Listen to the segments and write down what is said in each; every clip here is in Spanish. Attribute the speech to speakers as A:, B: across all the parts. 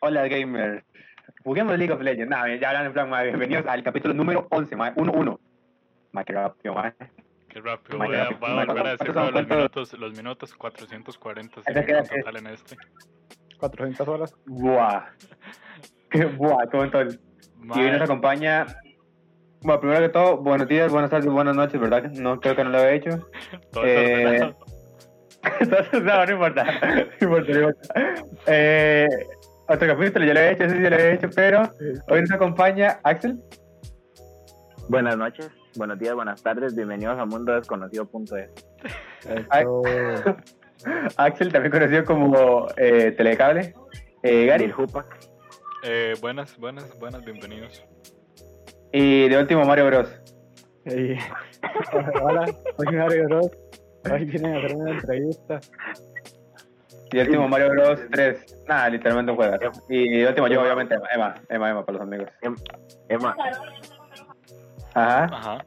A: Hola gamers. Juguemos League of Legends. Nada, ya hablan en plan, madre. Bienvenidos al capítulo número 11, madre. 1-1. Madre, qué rápido, madre.
B: Qué rápido,
A: My
B: voy a,
A: God,
B: voy a
A: my God.
B: volver a decir
A: ¿Cuántos
B: lo de
A: son?
B: los
A: ¿Cuántos?
B: minutos, los minutos 440 se
A: Ahí me
B: llegan en
A: quedé.
B: total en este.
C: 400 horas.
A: Buah. Qué buah, todo entonces. Y hoy nos
B: Mae,
A: acompaña. Bueno, primero que todo, buenos días, buenas tardes, buenas noches, ¿verdad? No creo que no lo había hecho.
B: todo está
A: eh,
B: ordenado.
A: Entonces, no, no importa. No importa, no importa. Eh, otro capítulo, ya lo he hecho, sí, ya lo he hecho, pero hoy nos acompaña Axel.
D: Buenas noches, buenos días, buenas tardes, bienvenidos a Mundo Desconocido.es.
C: Esto...
A: Axel, también conocido como eh, Telecable. Eh,
D: Gary
A: Gary.
D: Hupac,
B: Eh, buenas, buenas, buenas, bienvenidos.
A: Y de último, Mario Bros.
C: Ey. Hola, soy Mario Bros. Hoy vienen a hacerme una entrevista.
A: Y el último, Mario Bros. 3. Nada, literalmente un juego. Y el último, yo, obviamente, Emma. Emma, Emma, Emma, para los amigos.
D: Emma,
A: Ajá.
B: Ajá.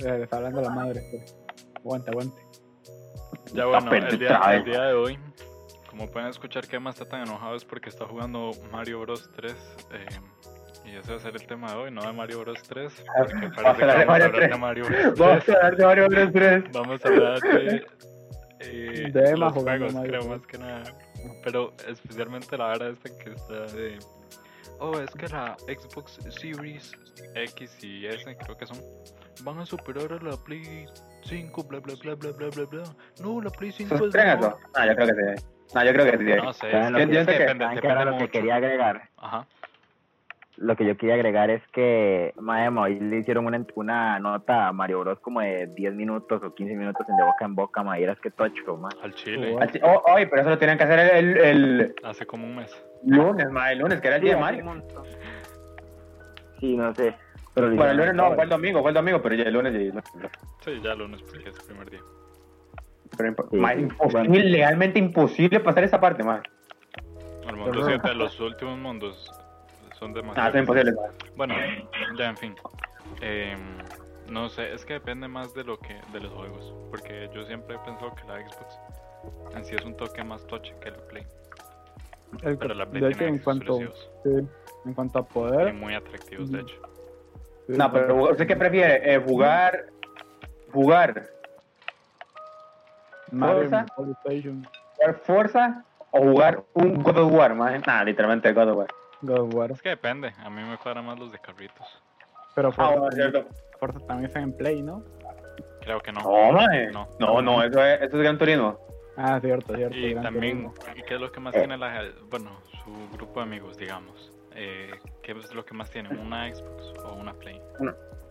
C: Eh, está hablando la madre. pues. Aguante, aguante.
B: Ya bueno, el día,
A: perdido,
B: el día de hoy, como pueden escuchar que Emma está tan enojado es porque está jugando Mario Bros 3. eh, y ese va a ser el tema de hoy, no de Mario Bros 3. Porque parece que
A: vamos a hablar de
B: vamos a
A: Mario 3.
B: hablar de Mario Bros 3.
A: Vamos a hablar de Mario Bros. 3.
B: Vamos a hablar de, eh,
C: De Emma
B: los
C: jugando
B: juegos,
C: Mario
B: creo,
C: Bros.
B: más que nada. Pero especialmente la hora esta que está de... Oh, es que la Xbox Series X y S, creo que son, van a superar a la Play 5, bla, bla, bla, bla, bla, bla, bla. No, la Play 5 es
A: ¿Suscriben
B: mejor.
A: eso? No, yo creo que sí. No, yo creo que
D: Eh,
A: sí.
B: Pues No sé,
D: ¿Saben
B: es
D: lo
B: que- es
D: que-
B: que
A: saben
B: depende,
D: ¿saben qué era
B: depende
D: lo que
B: mucho.
D: quería agregar?
B: Ajá.
D: Lo que yo quería agregar es que, mae, Emma, hoy le hicieron una, una nota a Mario Bros como de 10 minutos o 15 minutos en de boca en boca, mae, eras que tocho, mae.
B: Al Chile,
C: Ujú.
A: Al chi- oh, Hoy, pero eso lo tenían que hacer el, el- el
B: hace como un mes.
A: lunes, ma, el lunes, que era el día de Mario.
D: Sí, no sé. Pero
A: Bueno, el lunes no, fue el domingo, fue el domingo, pero ya el lunes ya.
B: Sí, ya lunes, porque es el primer día.
A: Pero impo-
D: Sí,
A: ma,
D: sí,
A: imposible,
D: bueno.
A: legalmente imposible pasar esa parte, ma.
B: El mundo
C: Ajá.
B: 7, los últimos mundos son
A: Ah,
B: demasiado.
A: eso es imposible, ma.
B: Bueno, ya en fin. Em, no sé, es que depende más de lo que de los juegos, porque yo siempre he pensado que la Xbox en sí es un toque más toche que la Play,
C: El-
B: pero la Play
C: de hecho,
B: tiene
C: en cuanto,
B: exclusivos
C: sí, en cuanto a
B: y
C: poder.
B: muy atractivos de
C: Ujú.
B: hecho.
C: sí, pues,
A: No, pero ¿usted qué prefiere? Eh, jugar. Jugar.
C: Mario en
A: Forza.
C: PlayStation,
A: ¿Jugar Forza o jugar un God of War, ma? Nada, literalmente God of War.
C: God of War.
B: Es que depende, a mí me cuadran más los de carritos.
C: Pero
A: Ah,
C: Forza,
A: bueno, es cierto.
C: Forza también está en Play, ¿no?
B: Creo que no.
A: No, ma.
B: No.
A: No, no, eso es, eso es Gran Turismo.
C: Ah, cierto, cierto.
B: Y
C: Gran
B: también,
C: Turismo.
B: ¿y ¿qué es lo que más tiene la, bueno, su grupo de amigos, digamos? Eh, ¿Qué es lo que más tienen? ¿Una Xbox o una Play?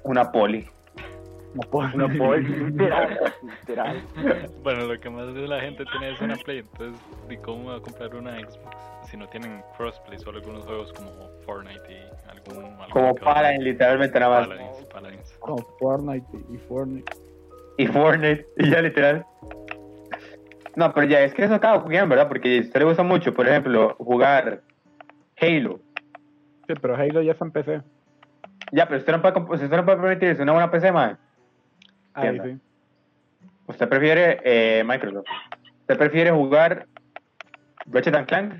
A: Una poli.
C: No puedo.
D: No puedo, literal, literal.
B: Bueno, lo que más la gente tiene es una Play, entonces, ¿y cómo va a comprar una Xbox si no tienen crossplay? Solo algunos juegos como Fortnite y algún. algún
A: Como
B: que otro.
A: Paladin, literalmente nada más.
B: Paladins, Paladins.
C: Como Fortnite y Fortnite.
A: y Fortnite, y ya literal. No, pero ya, es que eso cada quien, ¿verdad? Porque si te le gusta mucho, por ejemplo, jugar Halo.
C: Sí, pero Halo ya está en PC.
A: Ya, pero usted no puede, comp- si usted no puede permitirse una buena PC, man.
C: Ahí
A: Entiendo.
C: sí.
A: Usted prefiere eh, Microsoft. Usted prefiere jugar Ratchet and Clank.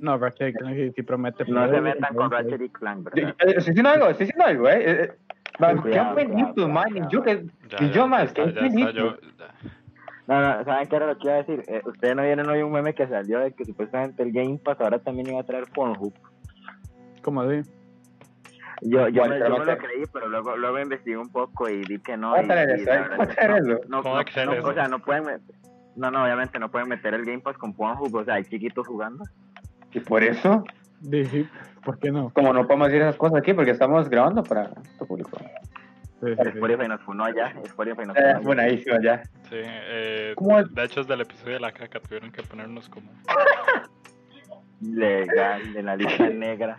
C: No, Ratchet Clank sí- sí promete.
D: No se
C: poder,
D: metan con
C: entonces,
D: Ratchet y Clank,
A: Yo-
D: ¿verdad?
A: eh, Estoy diciendo algo, estoy diciendo algo, eh. eh, eh. Man, qué
D: Cuidado,
A: buenito,
D: cuidado,
A: man.
D: cuidado.
A: Yo que.
B: Ya,
A: Y yo,
B: ya,
A: man,
B: ya está,
A: qué
B: ya está, yo-
D: No, no, ¿saben qué era lo que iba a decir? Eh, Ustedes no vieron hoy un meme que salió de que supuestamente el Game Pass ahora también iba a traer Pornhub.
C: Como así.
D: Yo, yo,
A: Bueno,
D: me,
A: pero
D: yo
A: no
D: me lo
A: sé.
D: creí, pero luego, luego investigué un poco y vi que no. y-
A: Cuéntale
D: y
A: eso,
D: la
A: eh.
D: verdad es que
A: Cuéntale
D: no.
A: eso.
D: No,
B: ¿Cómo
D: no,
B: va a creer
D: no,
B: eso?
D: o sea, no pueden. met- No, no, obviamente no pueden meter el Game Pass con Pornhub, o sea, hay chiquitos jugando.
A: Y por eso,
C: Dije, ¿por qué no?
A: como no podemos decir esas cosas aquí, porque estamos grabando para tu público.
C: Sí, sí, sí.
D: Spotify nos funó ya, Spotify nos
A: Eh,
D: funó.
A: buenísimo, ya.
B: sí, eh,
A: ¿Cómo es?
B: de hecho, desde el episodio de la caca tuvieron que ponernos como.
D: Legal, de la lista negra.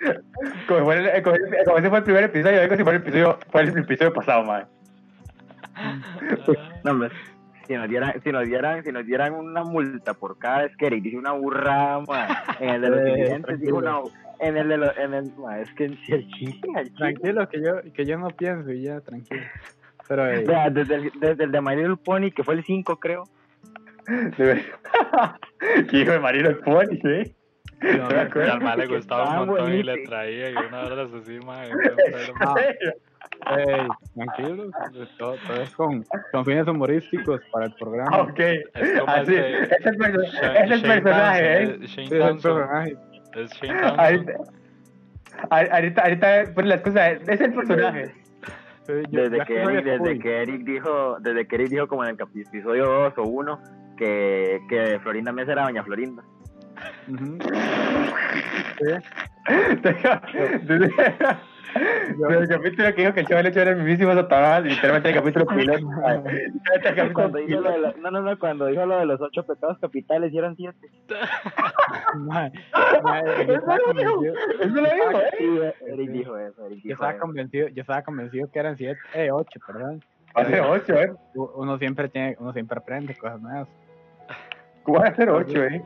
A: Como, fue el- eh, como, como ese fue el primer episodio, digo si fue el episodio, fue el episodio pasado, man.
D: No, hombre, si nos dieran, si nos dieran, si nos dieran una multa por cada vez que Eric dice una burrada, ma, en el de los
C: Eh,
D: incidentes dijo una,
C: tranquilo.
D: en el de los, en el, ma, es que en el chile, el chile.
C: Tranquilo, que yo, que yo no pienso y ya, tranquilo. Pero eh,
D: Vea, desde el, desde el de My Little Pony, que fue el 5 creo,
A: De ver- que hijo de marido el poli, ¿eh? ¿Te
B: Y
A: acuerdas? Ah,
B: al mal le
D: que
B: gustaba
D: estaba
B: un montón y le
D: buenísimo.
B: traía y una hora las así, mae.
C: Ah, Ey, tranquilos, todo, todo es con, con fines humorísticos para el
A: Ah,
C: programa.
A: ok.
B: Es como
A: Así,
B: ese-
A: es el, perso-
B: Sha-
A: es el
B: Shane
A: personaje, ¿eh?
B: Dawson, es
C: Sí,
B: Shane
C: es el
B: Dawson.
C: personaje.
B: Es Shane
A: Ahorita,
B: Dawson.
A: ahor- ahorita, ahorita pone las cosas. Es el personaje.
C: Sí, yo-
D: Desde
C: ya
D: que,
C: soy
D: Eric, desde
C: Scooby.
D: que Eric dijo, desde que Eric dijo como en el capi- episodio 2 o 1 que, que Florinda Mesa era doña Florinda.
C: Ujú.
A: Desde desde el capítulo que dijo que el chaval hecho era el mismísimo Satanás, literalmente el capítulo piloto. Literalmente el capítulo
D: Cuando dijo lo de
A: piloto.
D: la- no, no, no, cuando dijo lo de los ocho pecados capitales y eran siete.
C: Mae, mae, yo estaba convencido-
A: Eso lo dijo, ¿eh?
D: Sí, Eric dijo eso, Eric
C: yo
D: dijo
C: estaba
D: eso.
C: convencido, yo estaba convencido que eran siete, eh, ocho, perdón.
A: Hace 8, ¿eh?
C: U- Uno siempre tiene, uno siempre aprende cosas nuevas.
A: ¿Cómo va a ser 8, eh?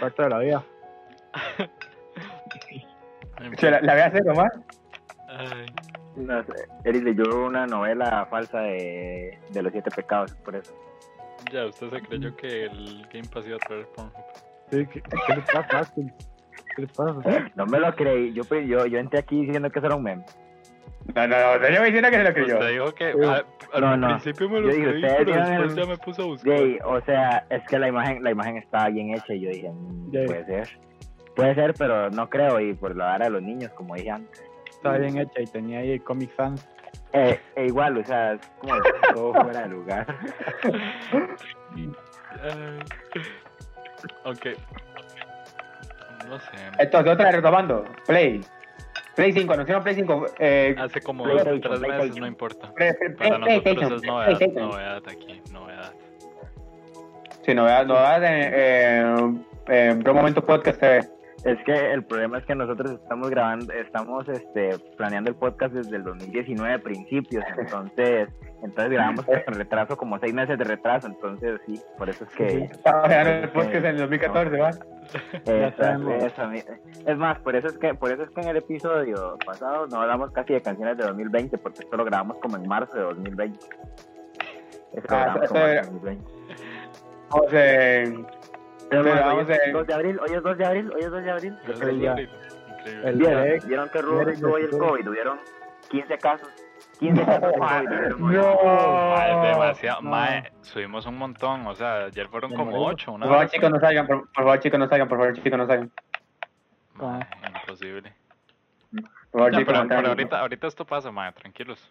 C: Parte de la vida.
A: O sea, la, la voy a hacer nomás.
B: Ay,
D: No sé, Eric leyó una novela falsa de, de los siete pecados, por eso.
B: ya, usted se creyó que el Game Pass iba a traer Pornhub.
C: Sí, ¿qué, qué le pasa, Austin? ¿Qué le pasa?
D: No me lo creí, yo, pues, yo, yo entré aquí diciendo que eso era un meme.
A: No, no, no, usted no me diciendo que se lo creyó.
B: Usted dijo que
C: Sí.
B: a- al
D: No, no.
B: principio me lo
D: Yo dije,
B: creí,
D: ustedes
B: pero
D: digan
B: después
D: el-
B: ya me puso a buscar.
D: Yay, o sea, es que la imagen, la imagen estaba bien hecha y yo dije, "Mm,
C: Yay.
D: puede ser. Puede ser, pero no creo, y por la hora de los niños, como dije antes.
C: Estaba bien hecha y tenía ahí Comic Sans.
D: Eh, e igual, o sea, es como todo fuera de lugar.
B: Ay. Ok. No sé.
A: Entonces, otra vez retomando. Play. Play 5, anunciaron Play 5. Eh,
B: Hace como
D: PlayStation,
B: tres meses,
D: PlayStation.
B: no importa.
A: pre- pre-
B: Ah, Para nosotros
A: PlayStation.
B: es novedad,
A: PlayStation.
B: novedad aquí, novedad.
A: Sí, novedad, novedad en, eh, en Pro Momento Podcast TV.
D: Es que el problema es que nosotros estamos grabando, estamos este, planeando el podcast desde el 2019 a principios, entonces, entonces grabamos con retraso, como seis meses de retraso, entonces sí, por eso es que...
A: Estamos grabando el podcast en el 2014, ¿va?
D: Eh,
C: sabemos.
D: eso, mi- es más, por eso es que por eso es que en el episodio pasado no hablamos casi de canciones de 2020, porque esto lo grabamos como en marzo de 2020. Esto lo
A: Ah,
D: grabamos
A: esto
D: como en
A: era-
D: 2020.
A: O sea,
D: Es más, hoy
A: grabamos
D: es
A: en-
D: 2 de abril, hoy es 2 de abril, hoy es 2 de abril.
B: Pero
C: creo
B: es
C: ya.
B: horrible, increíble.
C: El
D: Vieron,
C: Derek,
D: vieron que rudo
C: Derek
D: estuvo hoy el
C: Mercury.
D: COVID, tuvieron 15 casos. 15 casos de COVID. tuvieron hoy.
B: Mae, es
A: no.
B: demasiado.
C: no.
B: Mae, subimos un montón. O sea, ayer fueron
C: Me
B: como
C: muero.
B: ocho, una
A: Por favor,
B: vez.
A: chicos, no salgan. Por, por favor, chicos, no salgan. Por favor, chicos, no salgan.
B: Mae, imposible.
A: Por favor,
B: Ya,
A: chicos,
B: pero,
A: no
B: pero
A: salgan.
B: ahorita, ahorita esto pasa, mae, tranquilos.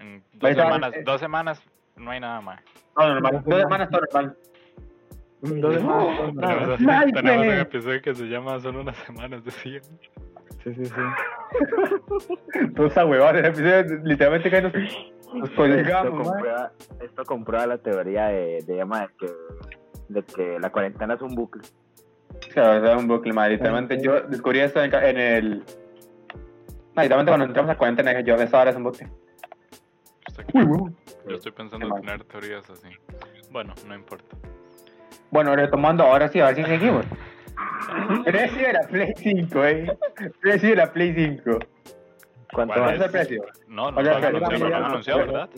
B: En dos
A: Ahorita-
B: semanas, dos semanas no hay nada, mae.
A: Todo normal. Dos semanas, todo normal.
C: un Mm, dos de más, dos de más.
B: Tenemos,
A: mae,
B: tenemos un
A: mae.
B: episodio que se llama Solo unas semanas, decía.
C: Sí, sí, sí.
A: Toda esa huevada. El episodio literalmente que nos, nos
D: Esto
A: colgamos, man.
D: comprueba, esto comprueba la teoría de, de, Emma de que, de que la cuarentena es un bucle.
A: Sí, la verdad, un bucle, madre. Literalmente, yo descubrí esto en, ca- en el. Madre, literalmente, cuando entramos a cuarentena, dije yo, esa hora es un bucle.
B: Está-
A: Uy, huevo.
B: Yo estoy pensando
A: Qué
B: en tener teorías así. Bueno, no importa.
A: Bueno, retomando, ahora sí, a ver si seguimos. Precio de la Play 5, eh. Precio de la Play 5.
D: ¿Cuánto
B: ¿Cuál
A: ¿Cuál
D: va a
A: es
B: es?
A: el precio?
B: No, no
A: Oye,
B: lo han
A: pero-
B: anunciado, no lo han anunciado, ¿verdad?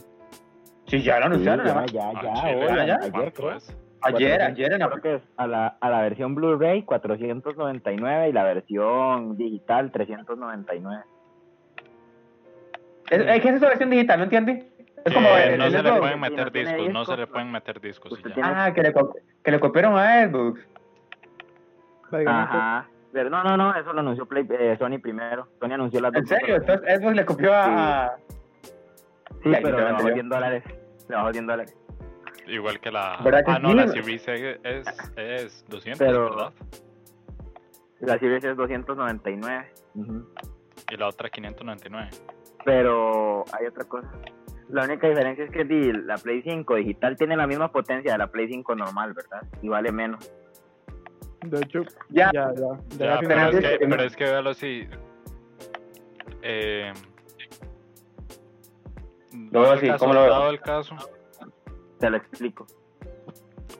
A: Sí, ya lo anunciaron,
D: ya,
A: además.
D: ya, ya,
B: Ah, chile, pues.
D: hola,
A: ya.
D: ayer,
B: ¿Cuánto
D: creo.
B: es?
A: Ayer, ayer en la
D: Creo que es a la, a la versión Blu-ray 499 y la versión digital 399.
A: Es, es que esa es su versión digital, ¿no entiendes? Es como
B: Que
A: el,
B: Eh, no
A: el
B: se le
A: Xbox.
B: pueden
D: Si no
B: meter
D: tiene
B: discos, no
D: discos,
B: se le
D: no.
B: pueden meter discos. y
D: Usted
B: ya.
D: tiene-
A: Ah, que le, co- que le copiaron a Xbox.
C: Prácticamente,
D: Ajá. Pero no, no, no, eso lo anunció Play- eh, Sony primero. Sony anunció las
A: ¿En
D: dos
A: serio?
D: cosas.
A: Entonces Xbox le copió a...
D: Sí,
A: Ya,
D: pero le
A: literalmente
D: bajó
A: yo.
D: 100 dólares. Le bajó 100 dólares.
B: Igual que la.
A: ¿Verdad que
B: Ah, no,
A: sí?
B: la Series X es, es 200,
D: Pero-
B: ¿verdad?
D: La Series es 299.
B: Y la otra 599.
D: Pero hay otra cosa. La única diferencia es que di, la Play 5 digital tiene la misma potencia de la Play 5 normal, ¿verdad? Y vale menos.
C: de hecho,
A: Ya.
C: ya, ya, ya,
B: Ya,
C: la
B: pero, es
C: final-
A: finalmente
B: que,
A: que no.
B: pero es que véalo así. Eh,
A: Lo veo
B: dado el
A: así,
B: caso-
A: ¿cómo lo veo?
B: dado el caso,
D: Te lo explico.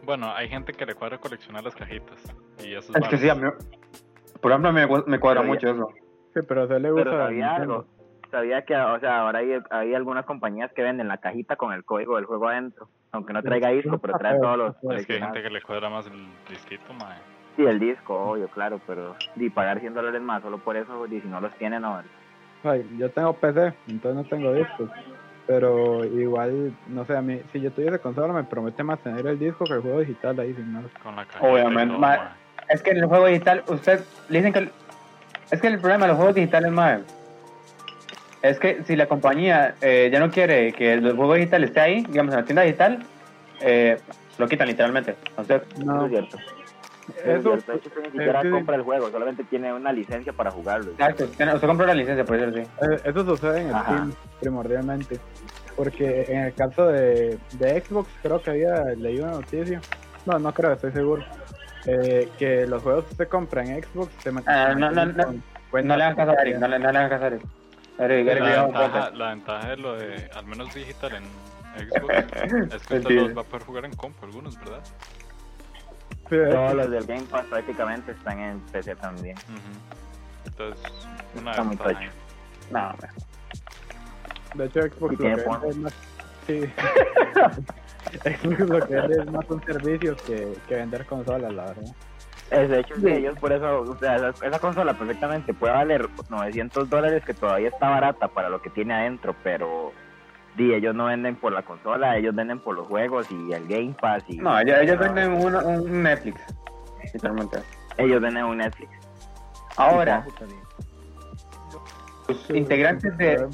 B: bueno, hay gente que le cuadra coleccionar las cajitas. Y eso es
A: Es que sí, a mí... Por ejemplo, a mí me, cu- me cuadra mucho eso.
C: Sí, pero se le gusta.
D: Pero sabía
C: Nintendo.
D: algo. Sabía que, o sea, ahora hay, hay algunas compañías que venden la cajita con el código del juego adentro. Aunque no traiga disco, pero trae todos los.
B: Es que hay
D: coleccionables.
B: gente que le cuadra más el disquito, mae.
D: Sí, el disco, obvio, claro, pero y pagar 100 dólares más solo por eso, y si no los tiene, no.
C: Ay, yo tengo PC, entonces no tengo discos. Pero igual, no sé, a mí, si yo tuviese consola, me promete más tener el disco que el juego digital ahí sin más.
B: Con la cajita y
A: Obviamente,
B: todo,
A: ma-
B: ma.
A: Es que en el juego digital, usted le dicen que. el- es que el problema de los juegos digitales, más es que si la compañía eh, ya no quiere que el juego digital esté ahí, digamos en la tienda digital, eh, lo quitan literalmente. Entonces,
D: Eso
C: No,
D: es cierto. Eso
C: eso,
D: es cierto. De hecho, usted ni siquiera
C: que-
D: compra el juego, solamente tiene una licencia para jugarlo.
A: exacto, usted, usted compra la licencia, por decirlo así.
C: eh, eso sucede en
D: Ajá.
C: Steam primordialmente. Porque en el caso de, de Xbox, creo que había leído una noticia. No, no creo, estoy seguro. eh, que los juegos que se compran en Xbox se
A: Ah, no, no, no.
C: con
A: Pues
C: cuentas
A: no le hagas caso a Eric, no le, no le hagas caso a Eric. Eric, Eric,
B: La
A: digamos,
B: ventaja,
A: ponte.
B: la ventaja de lo de, al menos digital en Xbox, es que usted
A: Mentira.
B: los va a poder jugar en compu algunos, ¿verdad?
C: Pero-
D: Todos los del Game Pass prácticamente están en PC también.
B: Ujú. Entonces, una
D: Está muy
B: ventaja.
A: No, hombre.
C: De hecho,
D: Y
C: Xbox lo que
D: tiene
C: vende
D: porno.
C: es más. Sí. Xbox lo que vende es más un servicio que, que vender consolas, la verdad.
D: Es de hecho, sí,
A: Sí.
D: ellos por eso, o sea, esa, esa consola perfectamente puede valer 900 dólares, que todavía está barata para lo que tiene adentro, pero sí, ellos no venden por la consola, ellos venden por los juegos y el Game Pass. Y,
A: No, ellos, ellos
D: Ah,
A: venden uno- un Netflix, literalmente.
D: ellos venden un Netflix.
A: Ahora,
D: Sí,
C: Pues,
A: los
C: eh,
A: integrantes de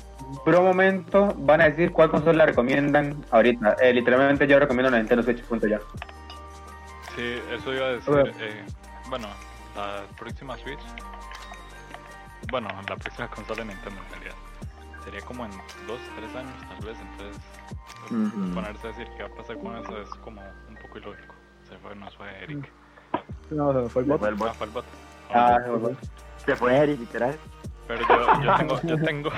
A: Pro Momento van a decir cuál consola recomiendan ahorita. Eh, literalmente yo recomiendo la Nintendo Switch, punto ya.
B: Sí, eso iba a decir.
C: Bueno.
B: eh, bueno, la próxima Switch. Bueno, la próxima consola de Nintendo en realidad. Sería como en 2, 3 años tal vez. Entonces,
D: Ujú.
B: ponerse a decir qué va a pasar con eso es como un poco ilógico. Se fue, nos fue Eric.
C: No, se me fue el bot.
D: fue el bot.
B: Ah, fue el bot.
A: Ah, se volvió.
D: Se fue Eric, literal.
B: Pero yo, yo tengo, yo tengo,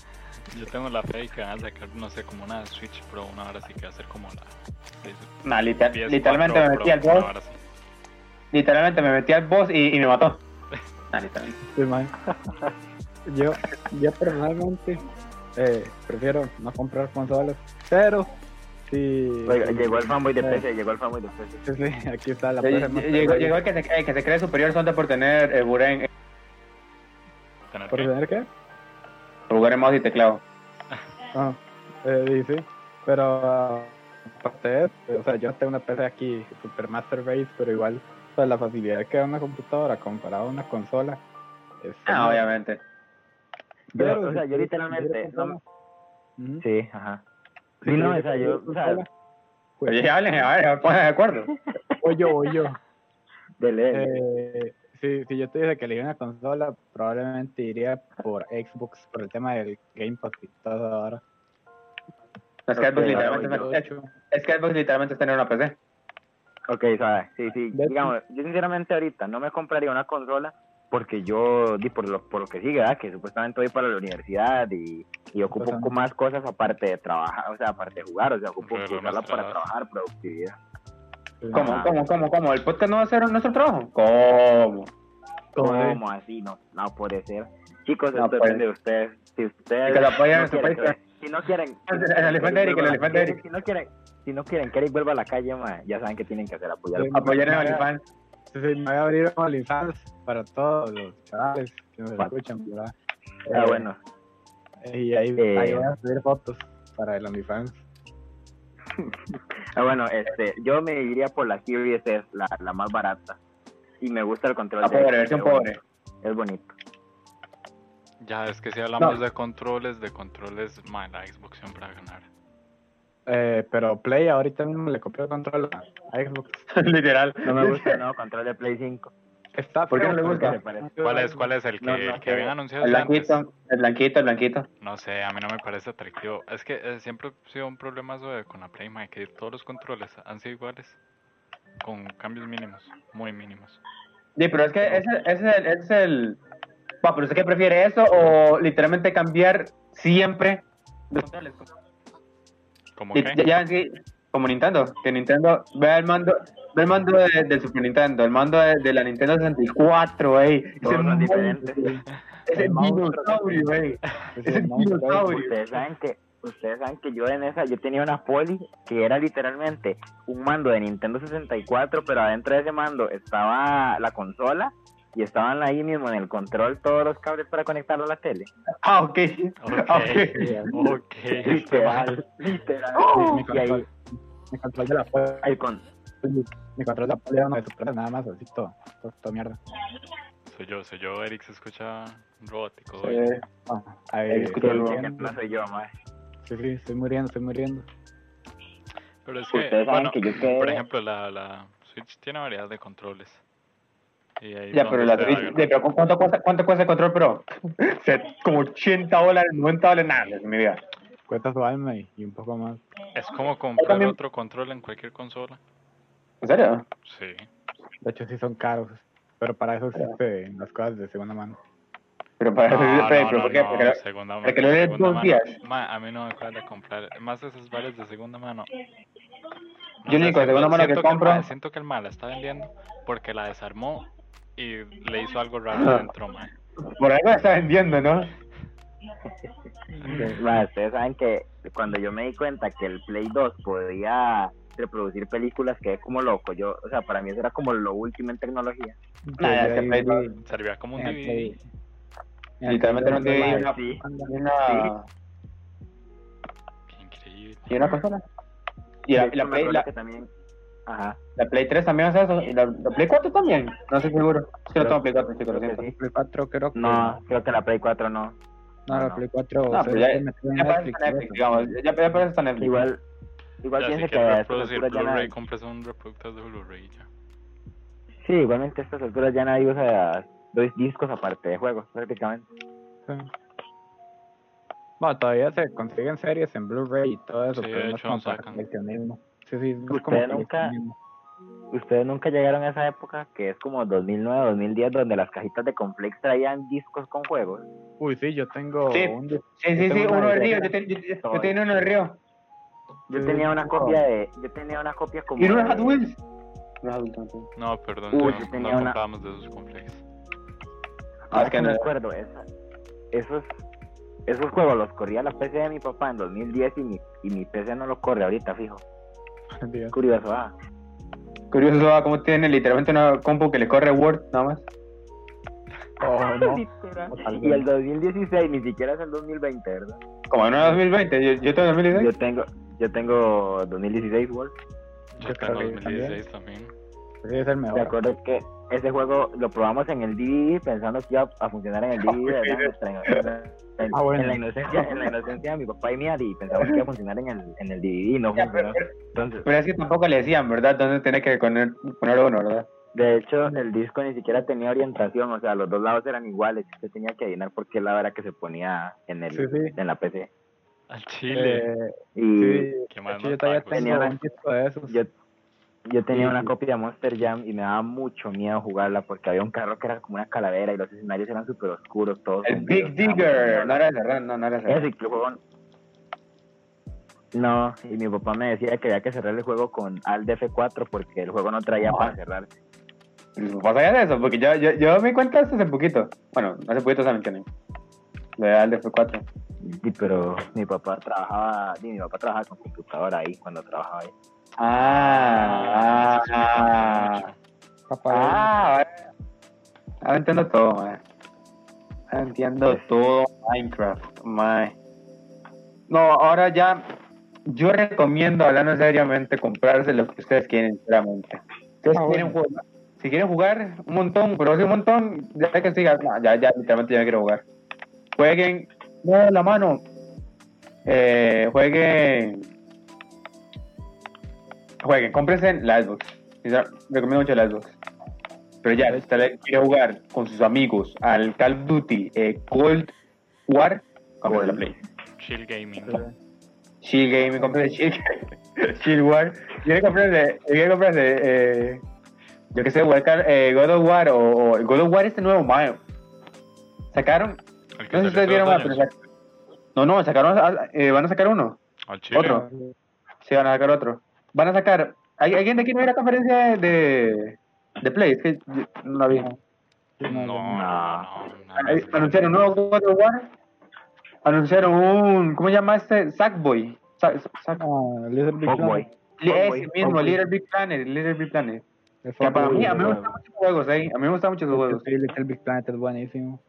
B: yo tengo la fe de que van a sacar, no sé, como una Switch Pro, una hora así que va a ser como la
A: No, liter-
B: 10
A: literalmente me
B: 4
A: metí al
B: Pro, una
A: boss,
B: hora así.
A: literalmente me metí al boss y, y me mató. No, literalmente.
C: Sí, mae. Yo, yo personalmente eh, prefiero no comprar consolas, pero si.
D: Oiga, llegó el fanboy de
C: Eh,
D: PC, llegó el fanboy de PC.
C: sí, sí, aquí está la
A: Eh,
C: plaza más
A: Llegó,
C: grande.
A: llegó el, que se, el que se cree superior Santa por tener eh, Buren, eh,
B: Tener
C: ¿Por
B: que-
C: tener qué?
A: por jugar en mouse y teclado.
C: Ah, eh, sí, sí. Pero ah, aparte de eso, o sea, yo tengo una PC aquí, Super Master Race, pero igual, o sea, la facilidad que da una computadora comparada a una consola. es
A: Ah,
C: una-
A: obviamente.
D: Pero,
C: Pero
D: o sea,
C: si
D: yo
C: tú
D: literalmente.
C: quieres
D: No,
C: Ujú.
D: sí, ajá.
C: Si
D: Sí, no,
C: tú
D: o sea,
C: quieres
D: yo, o sea,
C: consola, pues,
A: Oye, hablen, a ver, pónganse de acuerdo.
C: voy yo, voy yo.
D: dele, dele.
C: Eh, si, si yo te dije que elegí una consola, probablemente iría por Xbox, por el tema del Game Pass y todo ahora.
A: No, es que Xbox
D: Ok,
A: literalmente
D: ahora
A: es- es que Xbox literalmente es tener una PC.
D: Ok, sabe, sí, sí,
C: De hecho-
D: digamos, yo sinceramente ahorita no me compraría una consola porque yo, di por lo, por lo que sigue, ¿verdad? que supuestamente voy para la universidad y, y ocupo
C: Totalmente.
D: más cosas aparte de trabajar, o sea, aparte de jugar, o sea, ocupo
B: Pero lo
D: usarla
B: más
D: para
B: trabajo.
D: trabajar, productividad.
A: ¿Cómo,
C: pues,
D: Ajá.
A: cómo, cómo, cómo? ¿El podcast no va a ser nuestro trabajo? ¿Cómo?
C: Como de-
D: ¿Cómo así? No, no puede ser. Chicos,
A: Oh, No
D: esto
A: puede.
D: depende de ustedes. Si ustedes
A: Que lo apoyen en
D: no
A: su
D: quieren,
A: país,
D: que- si no quieren,
A: El- el elefante Eric, el elefante
D: si-
A: Eric.
D: Si no quieren, si no quieren que Eric vuelva a la calle, ma, ya saben que tienen que hacer apoyar.
C: Sí.
A: Apoyar en OnlyFans.
C: Sí, sí, me voy a abrir OnlyFans para todos los chavales que nos
D: Bueno.
C: escuchan, ¿verdad?
D: Ah,
C: Eh,
D: bueno,
C: Y ahí,
D: Eh.
C: ahí voy a subir fotos para el OnlyFans.
D: Ah, bueno, este, yo me iría por la Series S, la, la más barata. Y me gusta el control.
A: La
D: de-
A: pobre, versión
D: es
A: pobre.
D: bonito, Es bonito.
B: Ya, es que si hablamos
A: No.
B: de controles, de controles, man, la Xbox siempre va a ganar.
C: Eh, pero Play ahorita mismo le copió el control a Xbox.
A: Literal.
D: No me gusta el nuevo control de Play 5.
C: Está
A: ¿Por qué no le
C: feo,
A: gusta?
C: pero-
D: ¿Cuál
B: ¿Cuál es, cuál es el que,
D: No, no
B: el que
D: sé.
B: habían anunciado
A: El
B: antes?
A: blanquito, el blanquito, el blanquito.
B: No sé, a mí no me parece atractivo. Es que eh, siempre ha sido un problema eso de- con la Play, mae, que todos los controles han sido iguales, con cambios mínimos, muy mínimos.
A: Sí, pero es que ese, ese es el... ese Es el... Va, pero ¿usted qué prefiere eso o literalmente cambiar siempre de controles?
B: Como
A: Li-
B: que,
A: Ya en sí, como Nintendo, que Nintendo vea el mando, ve el mando de- del Super Nintendo, el mando de, de la Nintendo 64, ey.
D: Todos son
A: mon-
D: diferentes.
A: Ese
C: El monstruo.
A: dinosaurio, ey.
C: Sí, sí,
A: Ese
C: no, pero-
A: dinosaurio.
D: Ustedes saben que ustedes saben que yo en esa, yo tenía una poli que era literalmente un mando de Nintendo 64, pero adentro de ese mando estaba la consola y estaban ahí mismo en el control todos los cables para conectarlo a la tele.
A: Ah, ok.
B: Ok,
A: Ah,
B: ok.
D: literal, literal.
C: mi,
D: Y ahí,
C: control, mi control de la poli-
D: ahí con,
C: mi control de la poli era uno de tus problemas, nada más, así todo, todo, todo mierda.
B: Soy yo, soy yo, Eric se escucha robótico
A: ok.
B: hoy.
A: Eh,
C: Ah, ahí,
A: Ahí
C: estoy
A: escucho algo.
C: muriendo.
D: no soy yo, mae.
C: Sí, sí, estoy muriendo, estoy muriendo.
B: Pero es que,
D: Ustedes saben
B: bueno,
D: que yo quedé...
B: por ejemplo, la, la Switch tiene variedad de controles. Y ahí es
A: Ya,
B: donde
A: pero la
B: usted
A: Switch,
B: agarra.
A: de- pero ¿cu- ¿cuánto cuesta, ¿cuánto cuesta el control pro? O sea, como 80 dólares, 90 dólares, nada, en mi vida.
C: Cuesta su alma y, y un poco más.
B: Es como comprar
A: también-
B: otro control en cualquier consola.
A: ¿En serio?
B: Sí.
C: De hecho, sí son caros, pero para eso existen las cosas de segunda mano.
A: Pero para
B: No, no,
A: pero
B: no,
A: ¿por qué?
B: no,
A: Porque-
B: segunda mano.
A: porque lo lees
B: segunda
A: dos
B: mano.
A: días.
B: Ma, a mí no me cuadra comprar. Más esas bares de segunda mano. No
A: Yo el único de
B: siento-
A: segunda mano que
B: siento el
A: compro-
B: ma- siento que el mal la está vendiendo porque la desarmó y le hizo algo raro adentro, ma.
A: Por algo la está vendiendo, ¿no?
D: Mae, ustedes saben que cuando yo me di cuenta que el Play 2 podía reproducir películas, quedé como loco. Yo, o sea, para mí eso era como lo último en tecnología.
A: Nada,
C: Yo
A: que
C: ahí
A: Play
C: vi-
B: Servía como un
A: Ah,
C: en el
B: DVD.
C: Play- en el
A: Literalmente
C: Play
A: no
C: dos,
A: te-
C: mae,
A: una-
D: Sí.
A: Y una,
B: Qué increíble.
A: y una consola. Y la,
D: De
A: y la
D: hecho, me
A: Play,
D: acuerdo
A: la,
D: que también. Ajá.
A: la Play 3 también hace eso. Y la, la Play 4 también. No estoy seguro. Es que no tengo Play 4, chicos, lo
D: creo que
A: siento.
D: sí.
C: Play 4 creo que...
D: No, creo que la Play 4 no.
C: No,
D: no,
C: la
D: no.
C: Play 4
A: No,
C: se
A: pero ya-
C: le metió en
A: Ya parece
C: Netflix,
A: está Netflix,
C: creo.
A: digamos. Ya, ya parece está Netflix.
D: Igual, igual
B: Ya, si
D: piense que
B: quieres
D: a estas
B: reproducir
D: alturas ya nadie-
B: Blu-ray, compras un reproductor de Blu-ray ya.
D: Sí, igualmente a estas alturas ya nadie usa dos discos aparte de juegos, prácticamente.
C: Sí. Bueno, todavía se consiguen series en Blu-ray y todo eso,
B: Sí,
C: pero
B: de
C: no es
B: hecho,
C: como para
B: sacan.
C: coleccionismo. Sí, sí, no es
D: Usted
C: como
D: nunca-
C: coleccionismo.
D: Ustedes nunca llegaron a esa época que es como 2009, 2010, donde las cajitas de Complex traían discos con juegos.
C: Uy, sí, yo tengo
A: Sí.
C: un disco.
A: Sí, sí,
C: Yo
A: sí,
C: tengo
A: uno
C: una
A: de Río.
C: idea.
A: Yo, te- yo, yo- yo tenía uno de Río.
D: Yo
A: Mm,
C: Sí,
D: tenía una
C: no.
D: copia de. Yo tenía una copia como.
A: Y uno de
D: de-
A: Hot Wheels. No, Hot Wheels, no, sí.
B: No, perdón,
D: Uy,
B: yo-
D: yo
B: no
D: tenía una-
B: comprábamos de esos complejos.
A: Ah,
D: Ahora
A: es que
D: que me
A: no.
D: acuerdo, esa- esos, esos juegos los corría la PC de mi papá en 2010 y mi, y mi PC no los corre ahorita, fijo.
C: Dios.
D: Curioso, ah.
A: Curioso ah, cómo tiene literalmente una compu que le corre Word nada más.
C: Oh, no.
D: Y el 2016 ni siquiera es el 2020, ¿verdad?
A: Como en 2020, yo, yo tengo
D: Yo
A: 2016.
D: tengo, yo tengo 2016 World.
A: Ah,
B: Yo
C: Yo creo
B: tengo
C: que yo
B: 2016 también.
C: Sí, es el
D: Me
C: mejor. Eh,
D: acuerdo que ese juego lo probamos en el DVD pensando que iba a funcionar en el DVD, ¿verdad? Nuestra inocencia- En,
C: Ah, bueno.
D: en la inocencia, en la inocencia de mi papá y mía y pensamos que iba a funcionar en el, en el DVD y no
A: Ya, pero,
D: funcionó. Entonces,
A: pero es que tampoco le decían, ¿verdad? Entonces tenía que poner, poner uno, ¿verdad?
D: De hecho, el disco ni siquiera tenía orientación, o sea, los dos lados eran iguales. Usted tenía que adivinar por qué lado era que se ponía en el
C: Sí, sí.
D: en la PC.
B: Al Chile.
C: Eh,
D: Y
C: sí,
A: Mm.
C: de
B: Qué mal
C: hecho, yo todavía
B: nota, güey.
C: tengo
D: Tenía-
C: un disco de esos.
D: yo yo tenía
C: Sí,
D: una
C: sí.
D: copia de Monster Jam y me daba mucho miedo jugarla porque había un carro que era como una calavera y los escenarios eran súper oscuros todos.
A: El
D: hundidos,
A: Big
D: me daba mucho
A: Digger.
D: miedo.
A: No era ese, ¿verdad? no, no era ese.
D: Ese que juego- No, y mi papá me decía que había que cerrar el juego con Alt F4 porque el juego no traía
A: Ah.
D: para cerrar.
A: ¿Vas a hacer eso? Porque yo, yo, yo me di cuenta de eso hace poquito. Bueno, hace poquito saben quién es. Lo de Alder F4.
D: Sí, pero mi papá trabajaba, sí, mi papá trabajaba con computadora ahí cuando trabajaba ahí.
A: Ah,
B: Ah,
A: ah,
B: mucho.
C: Papá,
A: ah, ahora- ahora entiendo todo, man. Ahora entiendo todo Minecraft, man. No, ahora ya, yo recomiendo, hablando seriamente, comprarse lo que ustedes quieren, sinceramente. Ustedes
C: Ah,
A: quieren jugar, si quieren jugar un montón, pero si un montón, ya que sigan, no, ya, ya, literalmente ya no quiero jugar. Jueguen, no, la mano, eh, jueguen, jueguen, cómprense la Xbox. Sincer- Recomiendo mucho la Xbox. Pero ya, si usted quiere jugar con sus amigos al Call of Duty eh, Cold War, cómprese la Play.
B: Chill Gaming.
A: Shield Gaming, compré Shield Shield War. Yo quiero comprarle, yo quiero comprarle, eh, yo qué sé, Warcraft, eh, God of War o, o el God of War este nuevo, man. Sacaron,
B: El que
A: no sé si
B: salió
A: ustedes vieron, man,
B: hace dos
A: pero
B: años.
A: sac- no, no, sacaron, ah, eh, van a sacar uno,
B: Al Chile.
A: otro, sí, van a sacar otro. Van a sacar, ¿al- ¿alguien de aquí no vio la conferencia de, de Play? Es que yo no la vi.
B: No, no, no. no,
D: No.
B: no, no.
A: Ahí Anunciaron un nuevo God of War anunciaron un. ¿Cómo se llama este? Sackboy. Sa- sa- sac-
C: Ah, Little
A: Oh,
C: Big
D: Fogboy.
C: Planet.
A: Li-
D: Sackboy,
A: ese mismo,
D: Sackboy.
A: Little Big Planet. Little Big Planet.
C: Es
A: Que para
C: Fogboy,
A: mí, a mí me
C: weón.
A: gustan muchos juegos ahí. A mí me gustan muchos los juegos.
C: Sí, Little Big Planet es buenísimo.